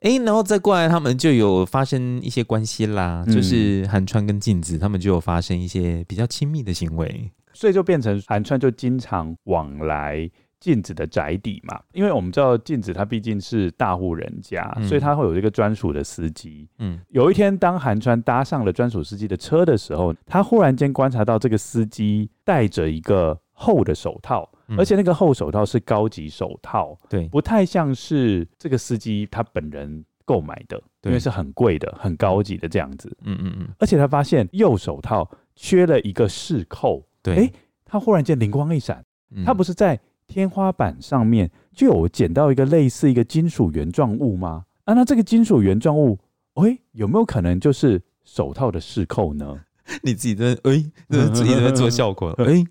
哎、然后再过来，他们就有发生一些关系啦，
嗯
就是韩川跟镜子，他们就有发生一些比较亲密的行为。
所以就变成韩川就经常往来镜子的宅邸嘛，因为我们知道镜子他毕竟是大户人家，
嗯
所以他会有一个专属的司机。
嗯，
有一天，当韩川搭上了专属司机的车的时候，他忽然间观察到这个司机戴着一个厚的手套，
嗯
而且那个厚手套是高级手套，
对，
不太像是这个司机他本人购买的，
对
因为是很贵的、很高级的这样子。
嗯嗯嗯，
而且他发现右手套缺了一个饰扣，
对。
诶他忽然间灵光一闪，
嗯
他不是在天花板上面就有捡到一个类似一个金属原状物吗？啊，那这个金属原状物，诶，有没有可能就是手套的饰扣呢？
你自己在哎、欸，自己在做效 果，哎、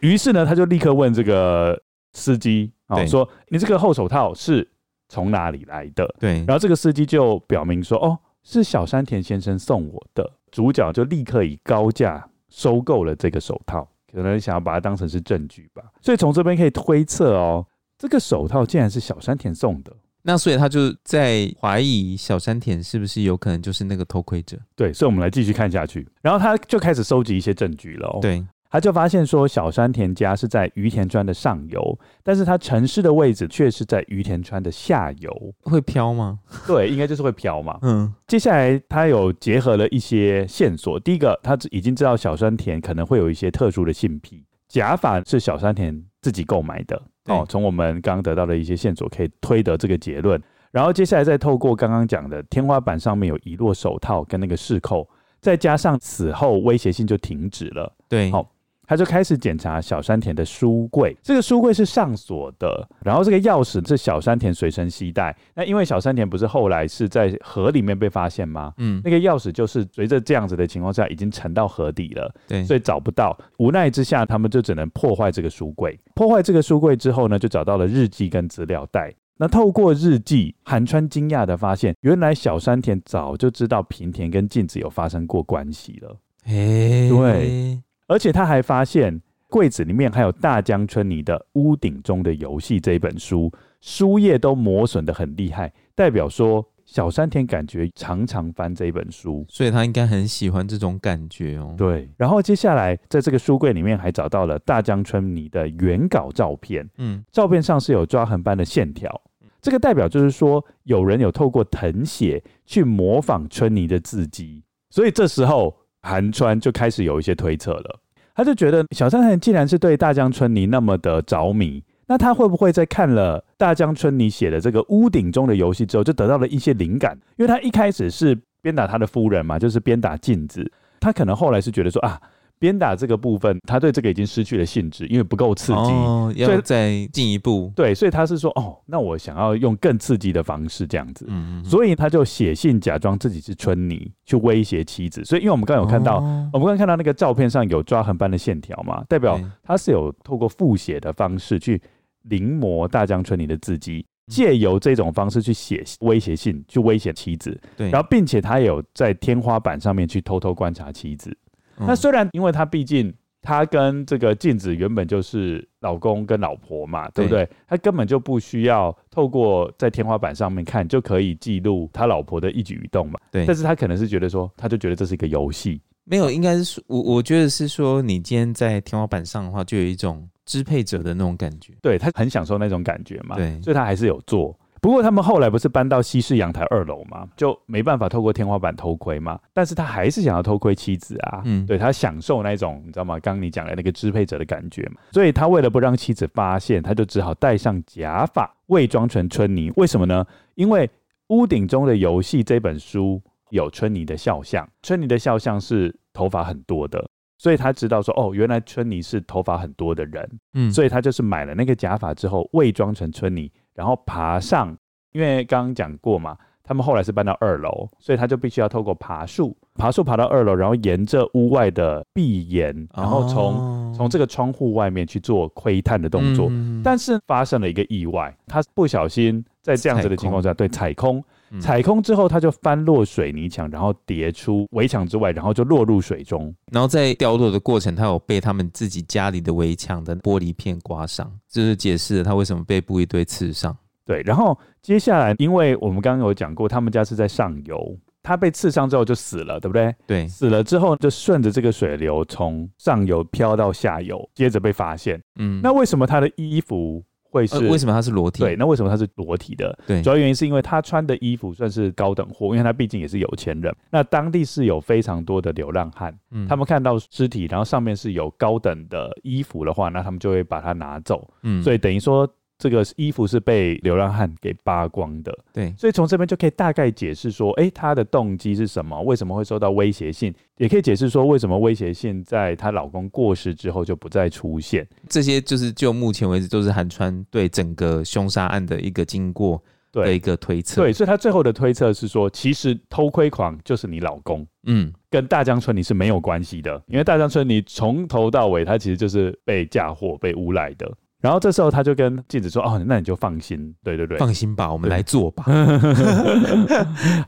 于是呢，他就立刻问这个司机啊、哦，
对
说你这个厚手套是从哪里来的？
对，
然后这个司机就表明说：“哦，是小山田先生送我的。”主角就立刻以高价收购了这个手套，可能想要把它当成是证据吧。所以从这边可以推测哦，这个手套竟然是小山田送的。
那所以他就在怀疑小山田是不是有可能就是那个偷窥者，
对，所以我们来继续看下去。然后他就开始收集一些证据了、哦。，
对，
他就发现说，小山田家是在于田川的上游，但是他城市的位置却是在于田川的下游。
会飘吗？
对，应该就是会飘嘛。
嗯，
接下来，他有结合了一些线索。第一个，他已经知道小山田可能会有一些特殊的性癖，假发是小山田自己购买的。
对
哦，从我们刚刚得到的一些线索，可以推得这个结论。然后接下来再透过刚刚讲的天花板上面有遗落手套跟那个饰扣，再加上此后威胁性就停止了，
对，
好他就开始检查小山田的书柜。这个书柜是上锁的，然后这个钥匙是小山田随身携带。那因为小山田不是后来是在河里面被发现吗？
嗯，
那个钥匙就是随着这样子的情况下，已经沉到河底了，
对，
所以找不到。无奈之下，他们就只能破坏这个书柜。破坏这个书柜之后呢，就找到了日记跟资料袋。那透过日记，韩川惊讶的发现，原来小山田早就知道平田跟镜子有发生过关系了，
哎，
对，而且他还发现柜子里面还有大江春泥的《屋顶中的游戏》这一本书，书页都磨损的很厉害，代表说小山田感觉常常翻这一本书。
所以他应该很喜欢这种感觉哦。
对，然后接下来在这个书柜里面还找到了大江春泥的原稿照片，
嗯，
照片上是有抓痕般的线条，这个代表就是说有人有透过誊写去模仿春泥的字迹，所以这时候韩川就开始有一些推测了，他就觉得小山田既然是对大江春泥那么的着迷。那他会不会在看了大江春泥写的这个屋顶中的游戏之后，就得到了一些灵感？因为他一开始是鞭打他的夫人嘛，就是鞭打镜子，他可能后来是觉得说啊，鞭打这个部分，他对这个已经失去了兴致，因为不够刺激，
哦，
所以
要再进一步。
对，所以他是说哦，那我想要用更刺激的方式这样子，
嗯，
所以他就写信假装自己是春泥去威胁妻子，所以因为我们刚刚有看到。
哦
我们刚刚看到那个照片上有抓痕般的线条嘛，代表
对
他是有透过复写的方式去临摹大江春泥的字迹，
嗯
借由这种方式去写威胁信，去威胁妻子，
对，
然后并且他也有在天花板上面去偷偷观察妻子，
嗯
那虽然因为他毕竟他跟这个镜子原本就是老公跟老婆嘛，对不对？他根本就不需要透过在天花板上面看就可以记录他老婆的一举一动嘛。
对
但是他可能是觉得说，他就觉得这是一个游戏，
没有，应该是说我我觉得是说，你今天在天花板上的话，就有一种支配者的那种感觉。
对他很享受那种感觉嘛，
对
所以他还是有做。不过他们后来不是搬到西式阳台二楼嘛，就没办法透过天花板偷窥嘛。但是他还是想要偷窥妻子啊，
嗯
对他享受那种你知道吗？刚刚你讲的那个支配者的感觉嘛。所以他为了不让妻子发现，他就只好戴上假发，伪装成春泥。为什么呢？因为《屋顶中的游戏》这本书有春泥的肖像，春泥的肖像是头发很多的，所以他知道说哦，原来春泥是头发很多的人。
嗯，
所以他就是买了那个假发之后，伪装成春泥，然后爬上，因为刚刚讲过嘛，他们后来是搬到二楼，所以他就必须要透过爬树，爬树爬到二楼，然后沿着屋外的壁沿，然后从、
哦
从这个窗户外面去做窥探的动作。
嗯
但是发生了一个意外，他不小心在这样子的情况下，对踩空，
嗯
踩空之后他就翻落水泥墙，然后跌出围墙之外，然后就落入水中。
然后在掉落的过程，他有被他们自己家里的围墙的玻璃片刮伤，这就是解释了他为什么被布一堆刺伤。
对，然后接下来，因为我们刚刚有讲过，他们家是在上游，他被刺伤之后就死了，对不对？
对，
死了之后就顺着这个水流从上游飘到下游，接着被发现。
嗯，
那为什么他的衣服会是？
呃为什么他是裸体？
对，那为什么他是裸体的？
对
主要原因是因为他穿的衣服算是高等货，因为他毕竟也是有钱人。那当地是有非常多的流浪汉，
嗯
他们看到尸体，然后上面是有高等的衣服的话，那他们就会把它拿走。
嗯
所以等于说，这个衣服是被流浪汉给扒光的。
对，
所以从这边就可以大概解释说，诶，她的动机是什么？为什么会受到威胁性？也可以解释说，为什么威胁性在她老公过世之后就不再出现。
这些就是就目前为止都是韩川对整个凶杀案的一个经过的一
对
个推测。
对，，所以她最后的推测是说，其实偷窥狂就是你老公。
嗯，
跟大江村你是没有关系的，因为大江村你从头到尾他其实就是被嫁祸、被诬赖的。然后这时候他就跟镜子说：“哦，那你就放心，对对对。
放心吧，我们
对
来做吧。”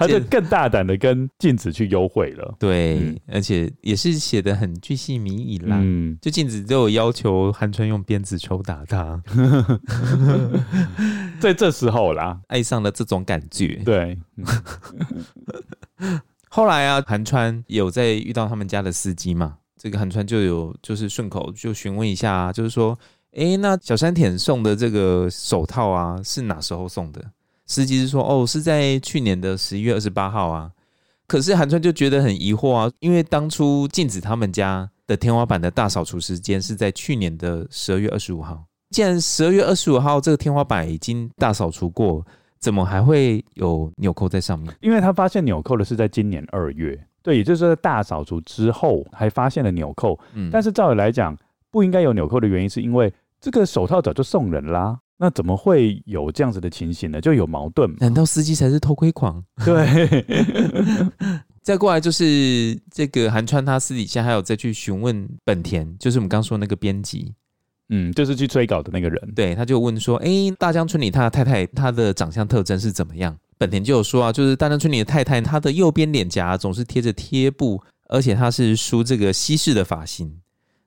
他就更大胆的跟镜子去幽会了。
对，
嗯
而且也是写的很巨细靡遗啦。
嗯，
就镜子都有要求韩川用鞭子抽打他，
在这时候啦，
爱上了这种感觉。
对，
后来啊，韩川有在遇到他们家的司机嘛，这个韩川就有就是顺口就询问一下、啊，就是说，诶，那小山田送的这个手套啊，是哪时候送的？司机是说，哦，是在去年的十一月二十八号啊。可是韩川就觉得很疑惑啊，因为当初禁止他们家的天花板的大扫除时间是在去年的十二月二十五号。既然十二月二十五号这个天花板已经大扫除过，怎么还会有纽扣在上面？
因为他发现纽扣的是在今年二月，对，也就是说在大扫除之后还发现了纽扣。
嗯，
但是照理来讲，不应该有纽扣的原因，是因为这个手套早就送人啦。那怎么会有这样子的情形呢？就有矛盾 嘛。
难道司机才是偷窥狂？
对，
再过来就是这个韩川，他私底下还有再去询问本田，就是我们刚说那个编辑，
嗯，就是去催稿的那个人。
对，他就问说，诶，大江村里他的太太，她的长相特征是怎么样？本田就有说啊，就是大江村里的太太，她的右边脸颊总是贴着贴布，而且她是梳这个西式的发型。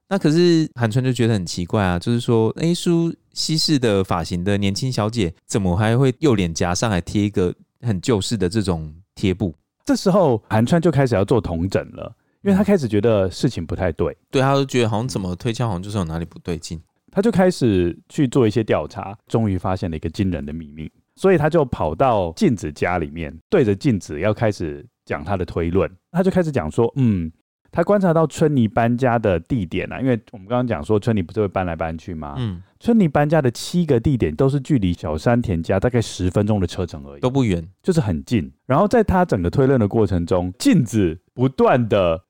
那可是韩川就觉得很奇怪啊，就是说，诶，梳西式的发型的年轻小姐，怎么还会右脸颊上还贴一个很旧式的这种贴布？
这时候韩川就开始要做同诊了，因
嗯
为他开始觉得事情不太对，
对，他就觉得好像怎么推敲，好像就是有哪里不对劲。
他就开始去做一些调查，终于发现了一个惊人的秘密，所以他就跑到镜子家里面，对着镜子要开始讲他的推论。他就开始讲说，嗯，他观察到春妮搬家的地点啊，因为我们刚刚讲说春妮不是会搬来搬去吗？
嗯，
春妮搬家的七个地点都是距离小山田家大概十分钟的车程而已
都。不远，
就是很近。然后在他整个推论的过程中，镜子不断的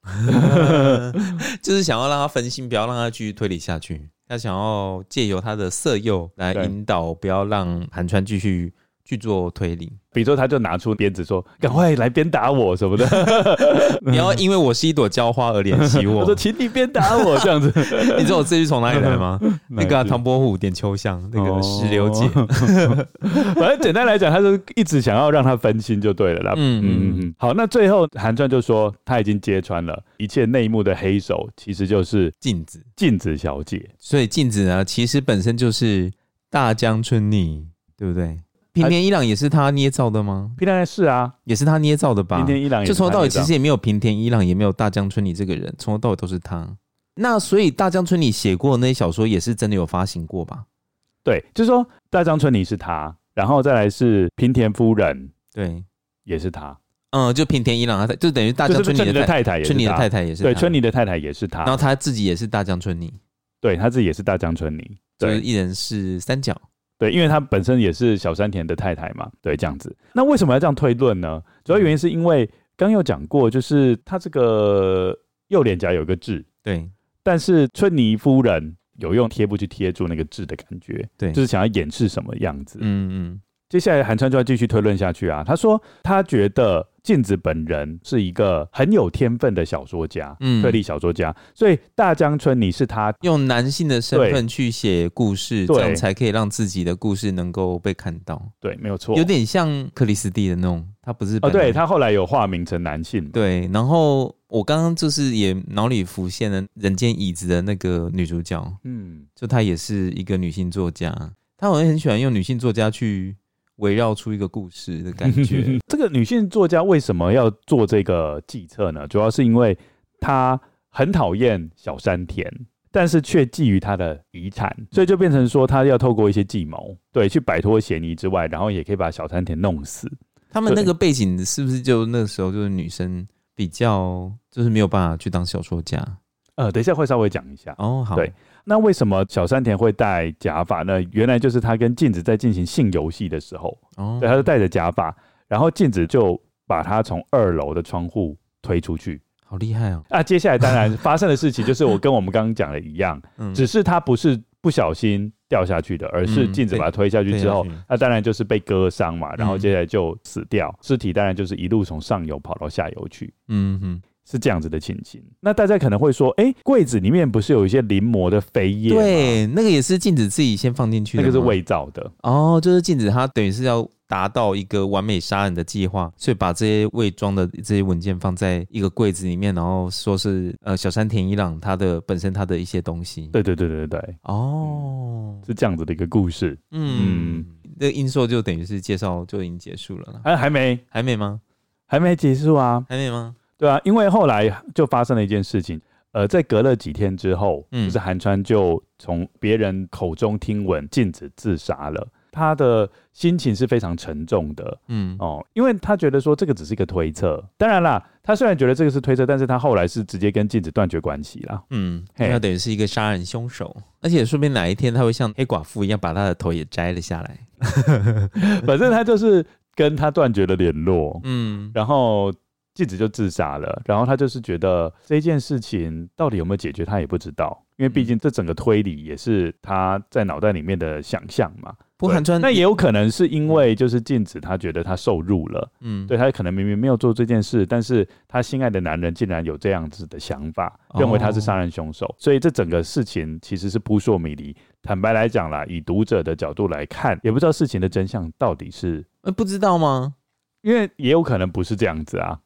就是想要让他分心，不要让他继续推理下去。他想要借由他的色诱来
对
引导，不要让韩川继续去做推理。
比如说，他就拿出鞭子说：“赶快来鞭打我什么的。
不要因为我是一朵娇花而怜惜”
我
我
说：“。请你鞭打我。”这样子，
你知道我这句从哪里来 吗？那哦个啊、
是
唐伯虎点秋香，那个石榴姐。
反正简单来讲，他就一直想要让他分心就对了啦。
嗯
嗯嗯嗯。好，那最后韩川就说他已经揭穿了一切内幕的黑手，其实就是
镜子，
镜子小姐。
所以镜子呢，其实本身就是大江春妮，对不对？平田一朗也是他捏造的吗？
平常是啊，
也是他捏造的吧？
今天伊朗也
就是从头到尾
他捏
其
造
实哎也没有平田一朗，也没有大江春里这个人，从头到尾都是他。那所以大江春里写过的那些小说也是真的有发行过吧？
对，就是说大张春妮是他，然后再来是平田夫人
对，
也是他，
嗯，就平田一朗，他就等于大江
就是
春
村
里
里的
太
太太也是
春里的
他
太太也是
对，
他
春妮的太太也是他，
然后他自己也是大江春里，
对他自己也是大江春妮，
就是
对
一人是三角。
对，因为他本身也是小山田的太太嘛，对，这样子。那为什么要这样推论呢？主要原因是因为刚有讲过，就是他这个右脸颊有一个痣，
对
但是春妮夫人有用贴布去贴住那个痣的感觉，
对，
就是想要掩饰什么样子。
嗯嗯，
接下来韩川就要继续推论下去啊，他说他觉得镜子本人是一个很有天分的小说家，
嗯
推理小说家，所以大江春你是他
用男性的身份去写故事，
对
这样才可以让自己的故事能够被看到，
对，没有错，
有点像克里斯蒂的那种，他不是
哦，
本来
对他后来有化名成男性嘛，
对，然后我刚刚就是也脑里浮现了《人间椅子》的那个女主角，
嗯，。
就她也是一个女性作家，她好像很喜欢用女性作家去围绕出一个故事的感觉
这个女性作家为什么要做这个计策呢？主要是因为她很讨厌小山田，但是却觊觎她的遗产，所以就变成说她要透过一些计谋，对，去摆脱嫌疑之外，然后也可以把小山田弄死。
他们那个背景是不是就那时候就是女生比较就是没有办法去当小说家？
呃，等一下会稍微讲一下。
哦，好，
对那为什么小山田会戴假发呢？原来就是他跟镜子在进行性游戏的时候，
哦，
对，他就戴着假发，然后镜子就把他从二楼的窗户推出去。
好厉害哦，
啊，接下来当然发生的事情就是我跟我们刚刚讲的一样，
嗯，
只是他不是不小心掉下去的，而是
嗯
镜子把他推下去之后
推推下去，
那、当然就是被割伤嘛，然后
嗯
接下来就死掉，尸体当然就是一路从上游跑到下游去。
嗯哼，
是这样子的情形，那大家可能会说，哎、柜子里面不是有一些临摹的飞叶吗？
对，那个也是禁止自己先放进去
那
的吗，
个是伪造的，
哦，就是禁止他等于是要达到一个完美杀人的计划，所以把这些伪装的这些文件放在一个柜子里面，然后说是呃小山田一朗他的本身他的一些东西。
对对对对对，
哦，
是这样子的一个故事。
嗯，那个音硕就等于是介绍就已经结束了啦，
啊，还没
还没吗？
还没结束啊，
还没吗？
对啊，因为后来就发生了一件事情，呃，在隔了几天之后，
嗯
就是韩川就从别人口中听闻禁止自杀了，他的心情是非常沉重的
嗯，
哦，因为他觉得说这个只是一个推测，当然啦，他虽然觉得这个是推测，但是他后来是直接跟禁止断绝关系啦。
嗯，
嘿
他等于是一个杀人凶手，而且说不定哪一天他会像黑寡妇一样把他的头也摘了下来。
反正他就是跟他断绝了联络，
嗯，
然后。禁止就自杀了，然后他就是觉得这件事情到底有没有解决，他也不知道，因为毕竟这整个推理也是他在脑袋里面的想象嘛。
不过
对
韩川
那也有可能是因为就是禁止他觉得他受辱了，
嗯，
对他可能明明没有做这件事，但是他心爱的男人竟然有这样子的想法，
哦
认为他是杀人凶手，所以这整个事情其实是扑朔迷离。坦白来讲啦，以读者的角度来看，也不知道事情的真相到底是，
呃，不知道吗？
因为也有可能不是这样子啊，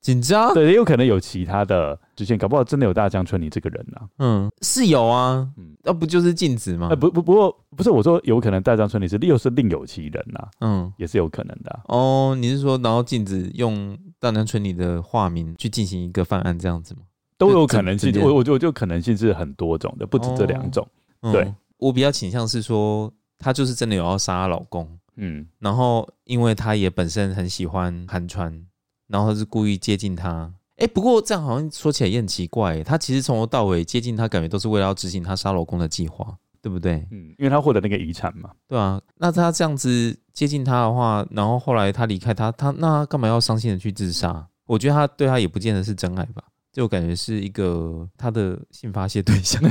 紧张。
对，也有可能有其他的支线，搞不好真的有大江春你这个人啊。
嗯，是有啊，
嗯
那、不就是禁止吗？
呃，不不不过不是我说有可能大江春你是又是另有其人呐、啊，
嗯，
也是有可能的啊、
哦，你是说，然后禁止用大南村里的化名去进行一个犯案这样子吗？
都有
就这
可能性
这，件
我我我就可能性是很多种的，不止这两种。
嗯、
对，
我比较倾向是说，她就是真的有要杀她老公，
嗯，
然后因为她也本身很喜欢韩川，然后她是故意接近他。哎、不过这样好像说起来也很奇怪，她其实从头到尾接近他，感觉都是为了要执行她杀老公的计划，对不对？
嗯，因为他获得那个遗产嘛，
对啊，那他这样子接近他的话，然后后来他离开他，他那他干嘛要伤心的去自杀？我觉得他对他也不见得是真爱吧，就我感觉是一个他的性发泄对象。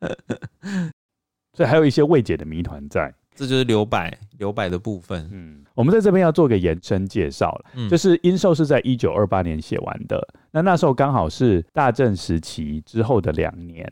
所以还有一些未解的谜团在。
这就是留白留白的部分。
嗯，我们在这边要做个延伸介绍了，
嗯，
就是《殷寿》是在一九二八年写完的，那那时候刚好是大正时期之后的两年，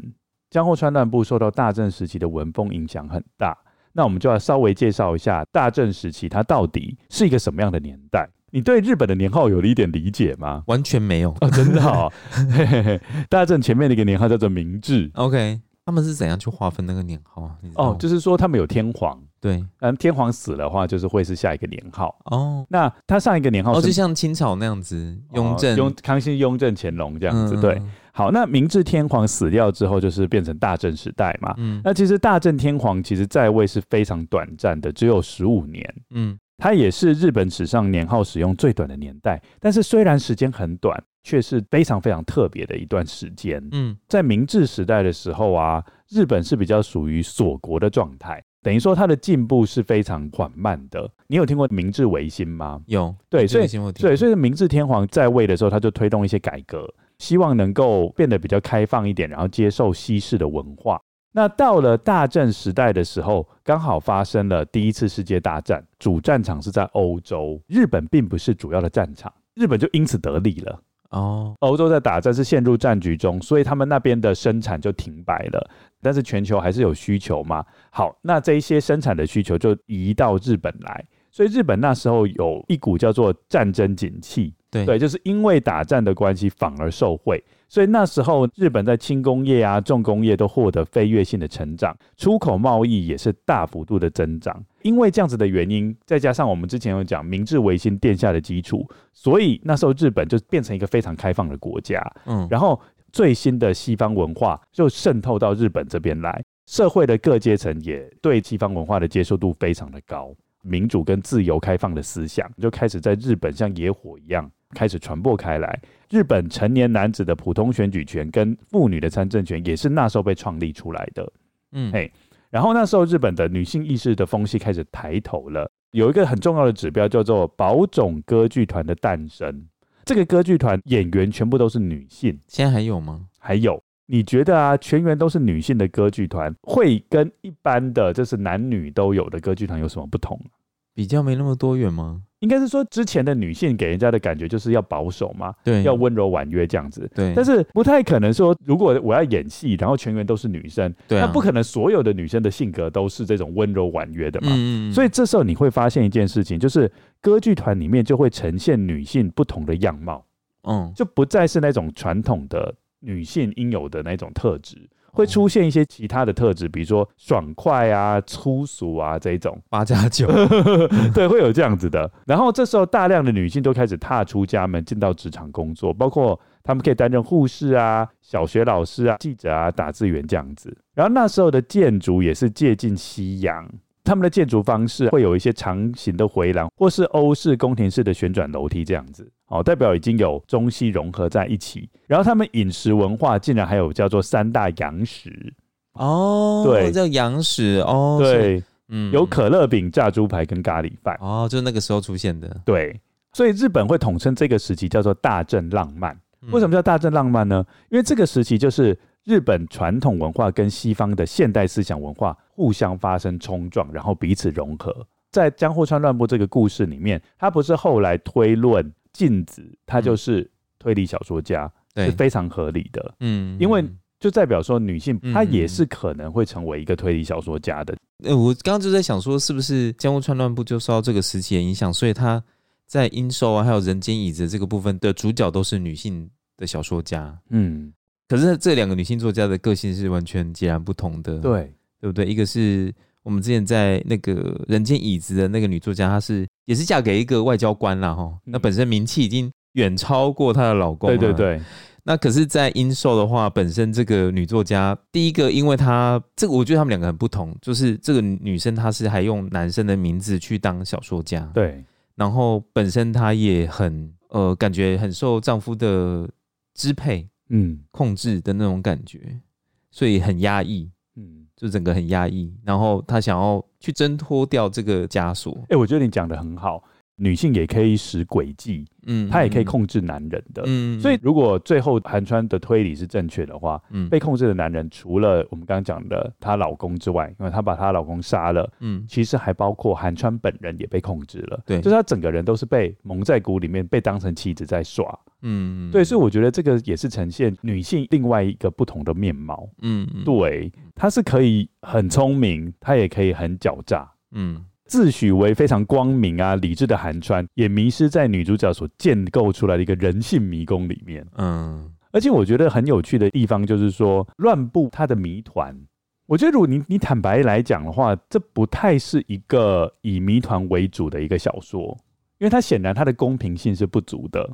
江户川乱步受到大正时期的文风影响很大。那我们就要稍微介绍一下大正时期它到底是一个什么样的年代。你对日本的年号有了一点理解吗？
完全没有。
哦，真的哦，嘿嘿嘿 大正前面的一个年号叫做明治，
OK，他们是怎样去划分那个年号啊？你知道
哦
吗，
就是说他们有天皇，
对
嗯，天皇死了的话，就是会是下一个年号。
哦
那他上一个年号
哦，就是像清朝那样子，
哦
雍正嗯
雍嗯康熙、雍正、乾隆这
这
样子。对，，好，那明治天皇死掉之后，就是变成大正时代嘛。
嗯
那其实大正天皇其实在位是非常短暂的，只有十五年。
嗯
它也是日本史上年号使用最短的年代，但是虽然时间很短，却是非常非常特别的一段时间。
嗯
在明治时代的时候啊，日本是比较属于锁国的状态，等于说它的进步是非常缓慢的。你有听过明治维新吗？
有
对，所以
以
对，所以明治天皇在位的时候，他就推动一些改革，希望能够变得比较开放一点，然后接受西式的文化。那到了大正时代的时候，刚好发生了第一次世界大战，主战场是在欧洲，日本并不是主要的战场，日本就因此得利了。
哦，
欧洲在打战是陷入战局中，所以他们那边的生产就停摆了。但是全球还是有需求嘛。好，那这一些生产的需求就移到日本来，所以日本那时候有一股叫做战争景气，
对
对，就是因为打战的关系反而受惠。所以那时候日本在轻工业啊、重工业都获得飞跃性的成长，出口贸易也是大幅度的增长。因为这样子的原因，再加上我们之前有讲明治维新奠下的基础，所以那时候日本就变成一个非常开放的国家。
嗯，
然后最新的西方文化就渗透到日本这边来，社会的各阶层也对西方文化的接受度非常的高，民主跟自由开放的思想就开始在日本像野火一样开始传播开来。日本成年男子的普通选举权跟妇女的参政权也是那时候被创立出来的。
嗯，
嘿然后那时候日本的女性意识的风气开始抬头了，有一个很重要的指标叫做宝冢歌剧团的诞生。这个歌剧团演员全部都是女性，
现在还有吗？
还有，你觉得啊，全员都是女性的歌剧团，会跟一般的就是男女都有的歌剧团有什么不同？啊
比较没那么多元吗？
应该是说之前的女性给人家的感觉就是要保守嘛，
对，
要温柔婉约这样子。
对，
但是不太可能说，如果我要演戏，然后全员都是女生，
对啊，
那不可能所有的女生的性格都是这种温柔婉约的嘛。
嗯，嗯嗯，
所以这时候你会发现一件事情，就是歌剧团里面就会呈现女性不同的样貌。
嗯，
就不再是那种传统的女性应有的那种特质，会出现一些其他的特质，比如说爽快啊、粗俗啊这一种，
八加九，
对，会有这样子的。然后这时候大量的女性都开始踏出家门，进到职场工作，包括她们可以担任护士啊、小学老师啊、记者啊、打字员这样子。然后那时候的建筑也是借鉴西洋。他们的建筑方式会有一些长形的回廊，或是欧式宫廷式的旋转楼梯这样子，哦，代表已经有中西融合在一起。然后他们饮食文化竟然还有叫做三大洋食，
哦，
对
叫羊屎，哦，是，
对，
嗯
有，可乐饼、炸猪排跟咖喱饭。
哦，就那个时候出现的，
对，所以日本会统称这个时期叫做大正浪漫。
嗯
为什么叫大正浪漫呢？因为这个时期就是日本传统文化跟西方的现代思想文化互相发生冲撞，然后彼此融合。在江户川乱步这个故事里面，他不是后来推论镜子，他就是推理小说家，是
嗯对，
非常合理的。
嗯
因为
嗯
就代表说，女性
嗯
她也是可能会成为一个推理小说家的。
呃，我刚刚就在想说，是不是江户川乱步就受到这个时期的影响，所以他在音兽啊，还有人间椅子这个部分的主角都是女性的小说家。
嗯，
可是这两个女性作家的个性是完全截然不同的，
对，
对不对？一个是我们之前在那个《人间椅子》的那个女作家，她是也是嫁给一个外交官啦，哈，那
嗯
本身名气已经远超过她的老公，
对对。对，
那可是，在英寿的话，本身这个女作家，第一个，因为她这个，我觉得她们两个很不同，就是这个女生她是还用男生的名字去当小说家，，
对，
然后本身她也很呃，感觉很受丈夫的支配
嗯
控制的那种感觉，所以很压抑，
嗯。
就整个很压抑，然后她想要去挣脱掉这个枷锁，
哎、我觉得你讲的很好，女性也可以使诡计，
嗯，
她也可以控制男人的。
嗯，嗯
所以，如果最后韩川的推理是正确的话，
嗯
被控制的男人除了我们刚刚讲的她老公之外，因为她把她老公杀了，
嗯
其实还包括韩川本人也被控制了。
对
就是她整个人都是被蒙在鼓里面，被当成妻子在耍。
嗯，
对，所以我觉得这个也是呈现女性另外一个不同的面貌。
嗯嗯
对，她是可以很聪明，她也可以很狡诈。
嗯
自诩为非常光明啊、理智的韩川，也迷失在女主角所建构出来的一个人性迷宫里面。
嗯
而且我觉得很有趣的地方就是说，乱步他的谜团，我觉得如果你你坦白来讲的话，这不太是一个以谜团为主的一个小说，因为它显然它的公平性是不足的。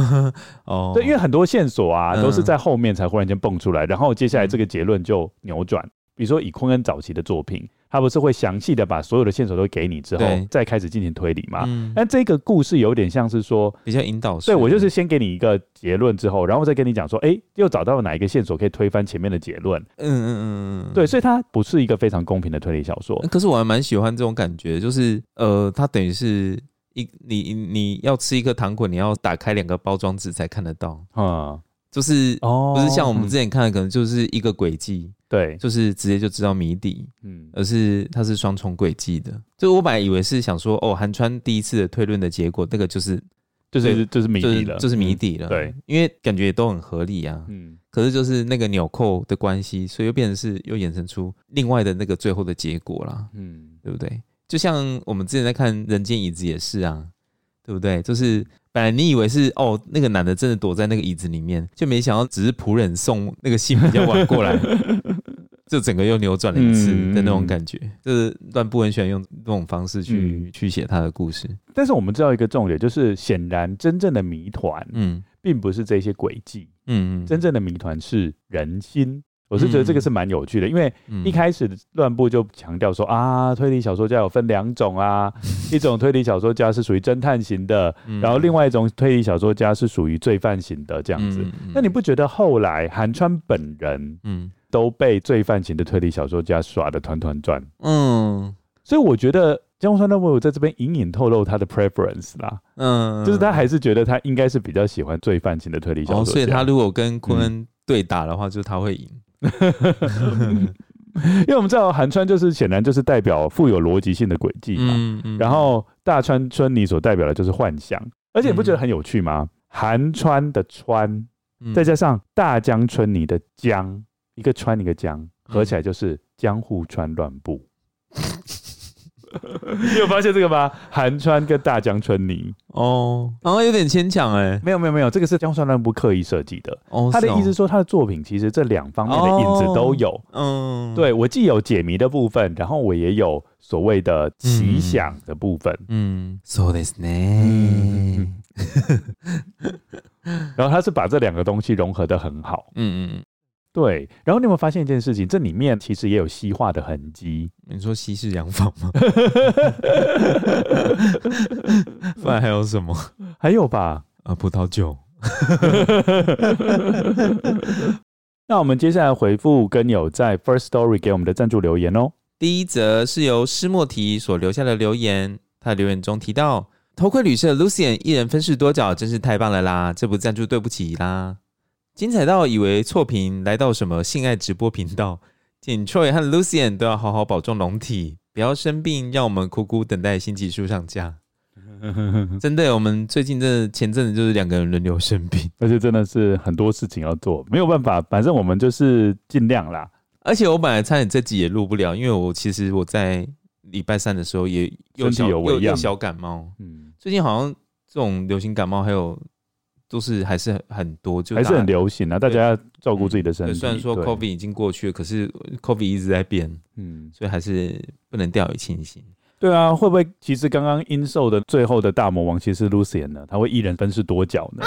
哦，
对，因为很多线索啊
嗯
都是在后面才忽然间蹦出来，然后接下来这个结论就扭转。比如说以昆恩早期的作品，他不是会详细的把所有的线索都给你之后
对，
再开始进行推理嘛？
嗯
但这个故事有点像是说，
比较引导式的，
对我就是先给你一个结论之后，然后再跟你讲说，哎，又找到了哪一个线索可以推翻前面的结论。
嗯嗯嗯嗯，嗯嗯
对，。所以它不是一个非常公平的推理小说。
可是我还蛮喜欢这种感觉，就是呃，它等于是一你你要吃一颗糖果，你要打开两个包装纸才看得到，
嗯，
呃就是
哦
不是像我们之前看的，可能就是一个轨迹，
对，
就是直接就知道谜底，
嗯，
而是它是双重轨迹的。就我本来以为是想说，哦，韩川第一次的推论的结果，那个就是
就是就是谜
就是
底了，
就是谜底了、
嗯对，
因为感觉也都很合理啊。
嗯，
可是就是那个纽扣的关系，所以又变成是又衍生出另外的那个最后的结果啦，
嗯
对不对？就像我们之前在看《人间椅子》也是啊，对不对？就是本来你以为是哦，那个男的真的躲在那个椅子里面，就没想到只是仆人送那个信比较晚 过来，就整个又扭转了一次
嗯
的那种感觉。就是乱步很喜欢用这种方式去、去写他的故事。
嗯。但是我们知道一个重点，就是显然真正的谜团
嗯
并不是这些诡计，
嗯，
真正的谜团是人心。我是觉得这个是蛮有趣的，因为
嗯
一开始乱步就强调说啊，推理小说家有分两种 啊，一种推理小说家是属于侦探型的，
嗯
然后另外一种推理小说家是属于罪犯型的这样子。
嗯嗯
那你不觉得后来韩川本人
嗯
都被罪犯型的推理小说家耍得团团转？
嗯
所以我觉得江户川乱步有在这边隐隐透露他的 preference 啦，
嗯，
就是他还是觉得他应该是比较喜欢罪犯型的推理小
哦，
说家，
所以他如果跟坤
嗯
恩对打的话，就是他会赢。
因为我们知道韩川就是显然就是代表富有逻辑性的轨迹嘛，
嗯嗯
然后大川春你所代表的就是幻想，而且你不觉得很有趣吗？韩川的川
嗯
再加上大江春泥的江，一个川一个江，合起来就是江户川乱 步。你有发现这个吗？韩川跟大江春泥
哦，然后有点牵强哎。
没有没有没有，这个是江户川乱步刻意设计的。
哦，
他的意思是
是
说，他的作品其实这两方面的影子都有。
哦，嗯，，
对我既有解谜的部分，然后我也有所谓的奇想的部分。
嗯，so this 呢
嗯，
嗯
然后他是把这两个东西融合的很好。
嗯嗯，
对，然后你有没有发现一件事情？这里面其实也有西化的痕迹。
你说西式洋房吗？不然还有什么
还有吧？
啊？葡萄酒，
那我们接下来回复跟友在 First Story 给我们的赞助留言哦。
第一则是由施莫提所留下的留言，他的留言中提到，头盔旅社 Lucian 一人分饰多角，真是太棒了啦！这部赞助对不起啦，精彩到以为错评，来到什么性爱直播频道，请 Troy 和 Lucian 都要好好保重龙体，不要生病，让我们苦苦等待新技术上 架。真的，我们最近这前阵子就是两个人轮流生病，
而且真的是很多事情要做，没有办法，反正我们就是尽量啦。
而且我本来差点这集也录不了，因为我其实我在礼拜三的时候也又
身体
小
有微
又又
恙
小感冒。
嗯，
最近好像这种流行感冒还有都是还是很多，就
还是
大
很流行啊，大家要照顾自己的身体。
对虽然说
对
COVID 已经过去了，可是 COVID 一直在变，
嗯，
所以还是不能掉以轻心。
对啊，会不会其实刚刚阴寿的最后的大魔王其实是 Lucian 呢？他会一人分饰多角
啊
呢？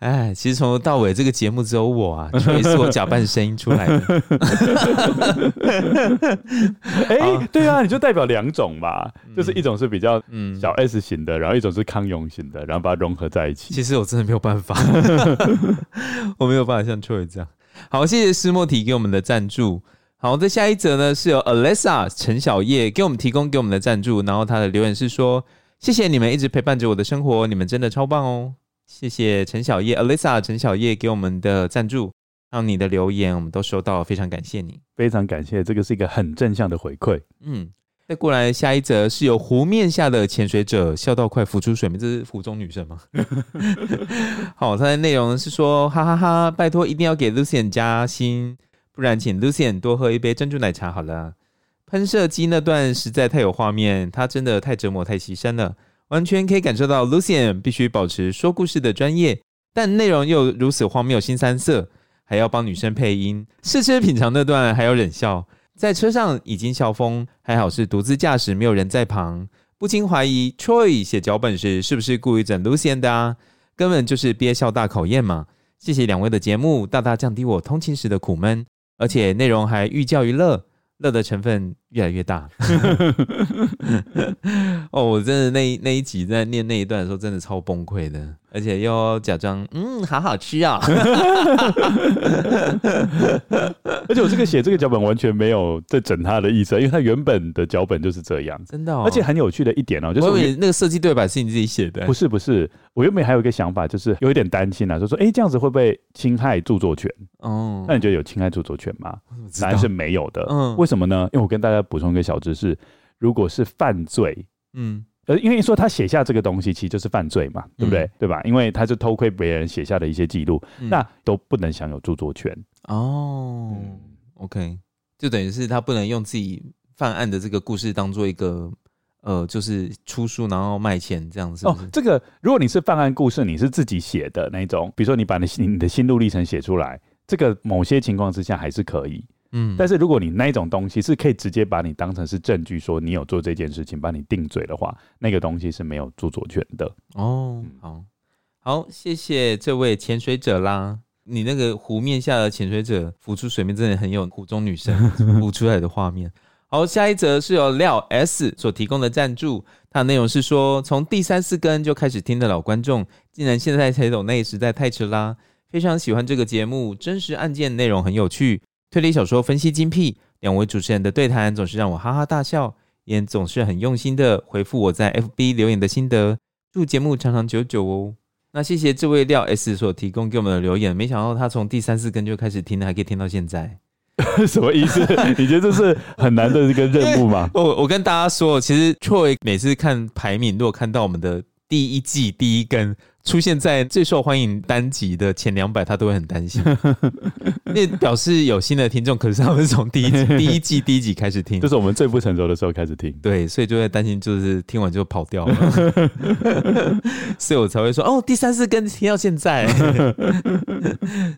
哎，其实从头到尾这个节目只有我啊，所以是我假扮声音出来的。
哎、对啊，你就代表两种 嘛，就是一种是比较
嗯，
小 S 型的，然后一种是康永型的，然后把它融合在一起。
其实我真的没有办法， 我没有办法像 Troy 这样。好，谢谢施莫提给我们的赞助。好，在下一则呢是由 Alessa 陈小叶给我们提供给我们的赞助，然后他的留言是说：谢谢你们一直陪伴着我的生活，你们真的超棒哦！谢谢陈小叶 Alessa 陈小叶给我们的赞助，让你的留言我们都收到，非常感谢你。
非常感谢，这个是一个很正向的回馈。
嗯，再过来下一则是由湖面下的潜水者笑到快浮出水面，这是湖中女神吗？ 好，它的内容是说，哈哈哈拜托一定要给 Lucian 加薪，不然请 Lucian 多喝一杯珍珠奶茶好了。喷射机那段实在太有画面，它真的太折磨、太牺牲了，完全可以感受到 Lucian 必须保持说故事的专业，但内容又如此荒谬、新三色，还要帮女生配音，试吃品尝那段还要忍笑。在车上已经笑疯，还好是独自驾驶，没有人在旁。不禁怀疑 Troy 写脚本时是不是故意整 Lucian 的啊？根本就是憋笑大考验嘛！谢谢两位的节目，大大降低我通勤时的苦闷，而且内容还寓教于乐，乐的成分越来越大。 哦，我真的那一那一集在念那一段的时候，真的超崩溃的。而且又要假装嗯，好好吃 啊、
哦而且我这个写这个脚本完全没有在整他的意思，因为他原本的脚本就是这样。
真的、哦。
而且很有趣的一点哦、就是
我
我
以
原
为那个设计对白是你自己写的、
不是不是，我原本还有一个想法，就是有一点担心啊，就说哎、诶这样子会不会侵害著作权？
哦，
那你觉得有侵害著作权吗？
我知
答
道
案是没有的。
嗯
为什么呢？因为我跟大家补充一个小知识，如果是犯罪。
嗯
呃，因为说他写下这个东西，其实就是犯罪嘛，对不对？
嗯
对吧？因为他是偷窥别人写下的一些记录，
嗯
那都不能享有著作权。
哦、
嗯
o k 就等于是他不能用自己犯案的这个故事当做一个呃，就是出书然后卖钱这样是
哦
不是，？
这个如果你是犯案故事，你是自己写的那种，比如说你把你你的心路历程写出来，这个某些情况之下还是可以。
嗯，
但
是
是如果你那一种东西是可以直接把你当成是证据，说你有做这件事情，把你定罪的话，那个东西是没有著作权的。
哦，好好，谢谢这位潜水者啦。你那个湖面下的潜水者浮出水面，真的很有湖中女神浮出来的画面。好，下一则是由廖 S 所提供的赞助，它的内容是说，从第三四根就开始听的老观众，竟然现在才懂那实在太迟啦。非常喜欢这个节目，真实案件内容很有趣，推理小说分析精辟，两位主持人的对谈总是让我哈哈大笑，也总是很用心的回复我在 FB 留言的心得。祝节目长长久久哦。那谢谢这位廖 S 所提供给我们的留言，没想到他从第三四根就开始听了，还可以听到现在。
什么意 思？你觉得这是很难的一个任务吗？
哦我我跟大家说，其实 Troy 每次看排名，如果看到我们的第一季第一根出现在最受欢迎单集的前两百，他都会很担 心，那表示有新的听众，可是他们是从第一季 第一季第一集开始听
这。是我们最不成熟的时候开始听。
对，所以就会担心，就是听完就跑掉了，所以我才会说哦，第三次跟听到现在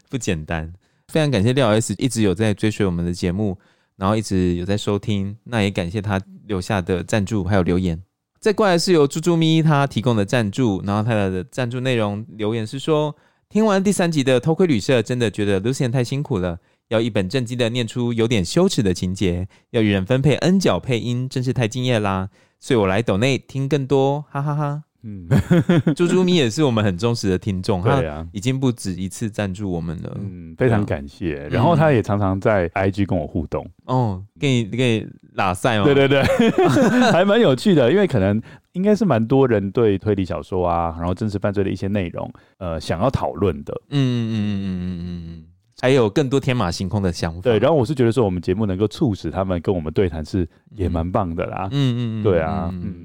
不简单。非常感谢廖 S 一直有在追随我们的节目，然后一直有在收听，那也感谢他留下的赞助还有留言。再过来是由猪猪咪他提供的赞助，然后他的赞助内容留言是说，听完第三集的偷窥旅社，真的觉得 Lucian 太辛苦了，要一本正经的念出有点羞耻的情节，要与人分配 N 角配音，真是太敬业啦！所以我来抖内听更多，哈哈 哈
嗯，
猪猪咪也是我们很忠实的听众，
对
他
呀、
已经不止一次赞助我们了。
嗯，非常感谢。然后他也常常在 IG 跟我互动，
哦，给你给你拉塞哦，
对对 对，还蛮有趣的，因为可能应该是蛮多人对推理小说啊，然后真实犯罪的一些内容，呃，想要讨论的。
嗯嗯嗯嗯嗯嗯嗯嗯，还有更多天马行空的想法。
对，然后我是觉得说，我们节目能够促使他们跟我们对谈是也蛮棒的啦。
嗯嗯嗯，
对啊，
嗯，
嗯，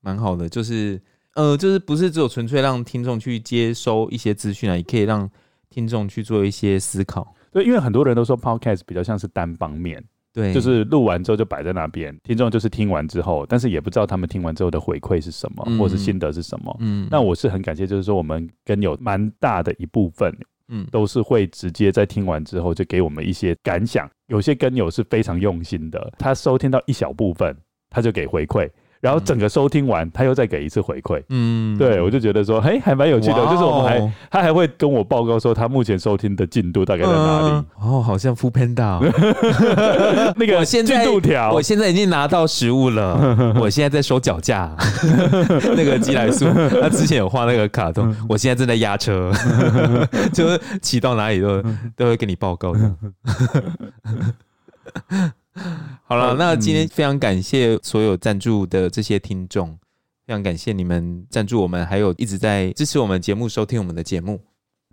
蛮好的，就是呃，就是不是只有纯粹让听众去接收一些资讯啊，也可以让听众去做一些思考。
对，因为很多人都说 podcast 比较像是单方面，
对，
就是录完之后就摆在那边，听众就是听完之后，但是也不知道他们听完之后的回馈是什么，
嗯
或者是心得是什么。
嗯，
那我是很感谢，就是说我们跟有蛮大的一部分
嗯
都是会直接在听完之后就给我们一些感想。有些跟友是非常用心的，他收听到一小部分，他就给回馈，然后整个收听完，他又再给一次回馈。
嗯，
对，我就觉得说，嘿，还蛮有趣的。
哇哦
就是我们还他还会跟我报告说，他目前收听的进度大概在哪里
嗯？哦，好像 f o o Panda 哦。
那个
嗯我现
进
在
度条
我。现在已经拿到食物 了，我现在在收脚架，那个鸡来素，他之前有画那个卡通，
嗯
我现在正在压 车，就是骑到哪里都
嗯
都会跟你报告 的。好了，那今
嗯
天非常感谢所有赞助的这些听众，非常感谢你们赞助我们，还有一直在支持我们节目、收听我们的节目。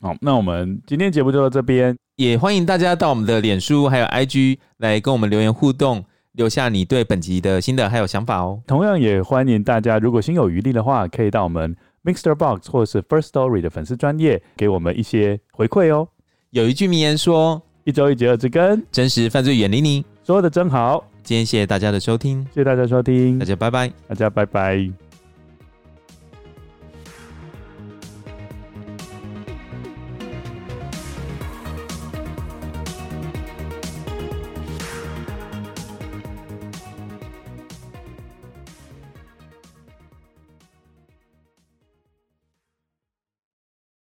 好，那我们今天节目就到这边。
也欢迎大家到我们的脸书还有 IG 来跟我们留言互动，留下你对本集的心得还有想法哦。
同样也欢迎大家，如果心有余力的话，可以到我们 Mixer Box 或是 First Story 的粉丝专业给我们一些回馈哦。
有一句名言说
一周一节二之根，：“
真实犯罪远离你。
说的真好，”
今天谢谢大家的收听，
谢谢大家收听
大，家拜拜。
大家拜拜。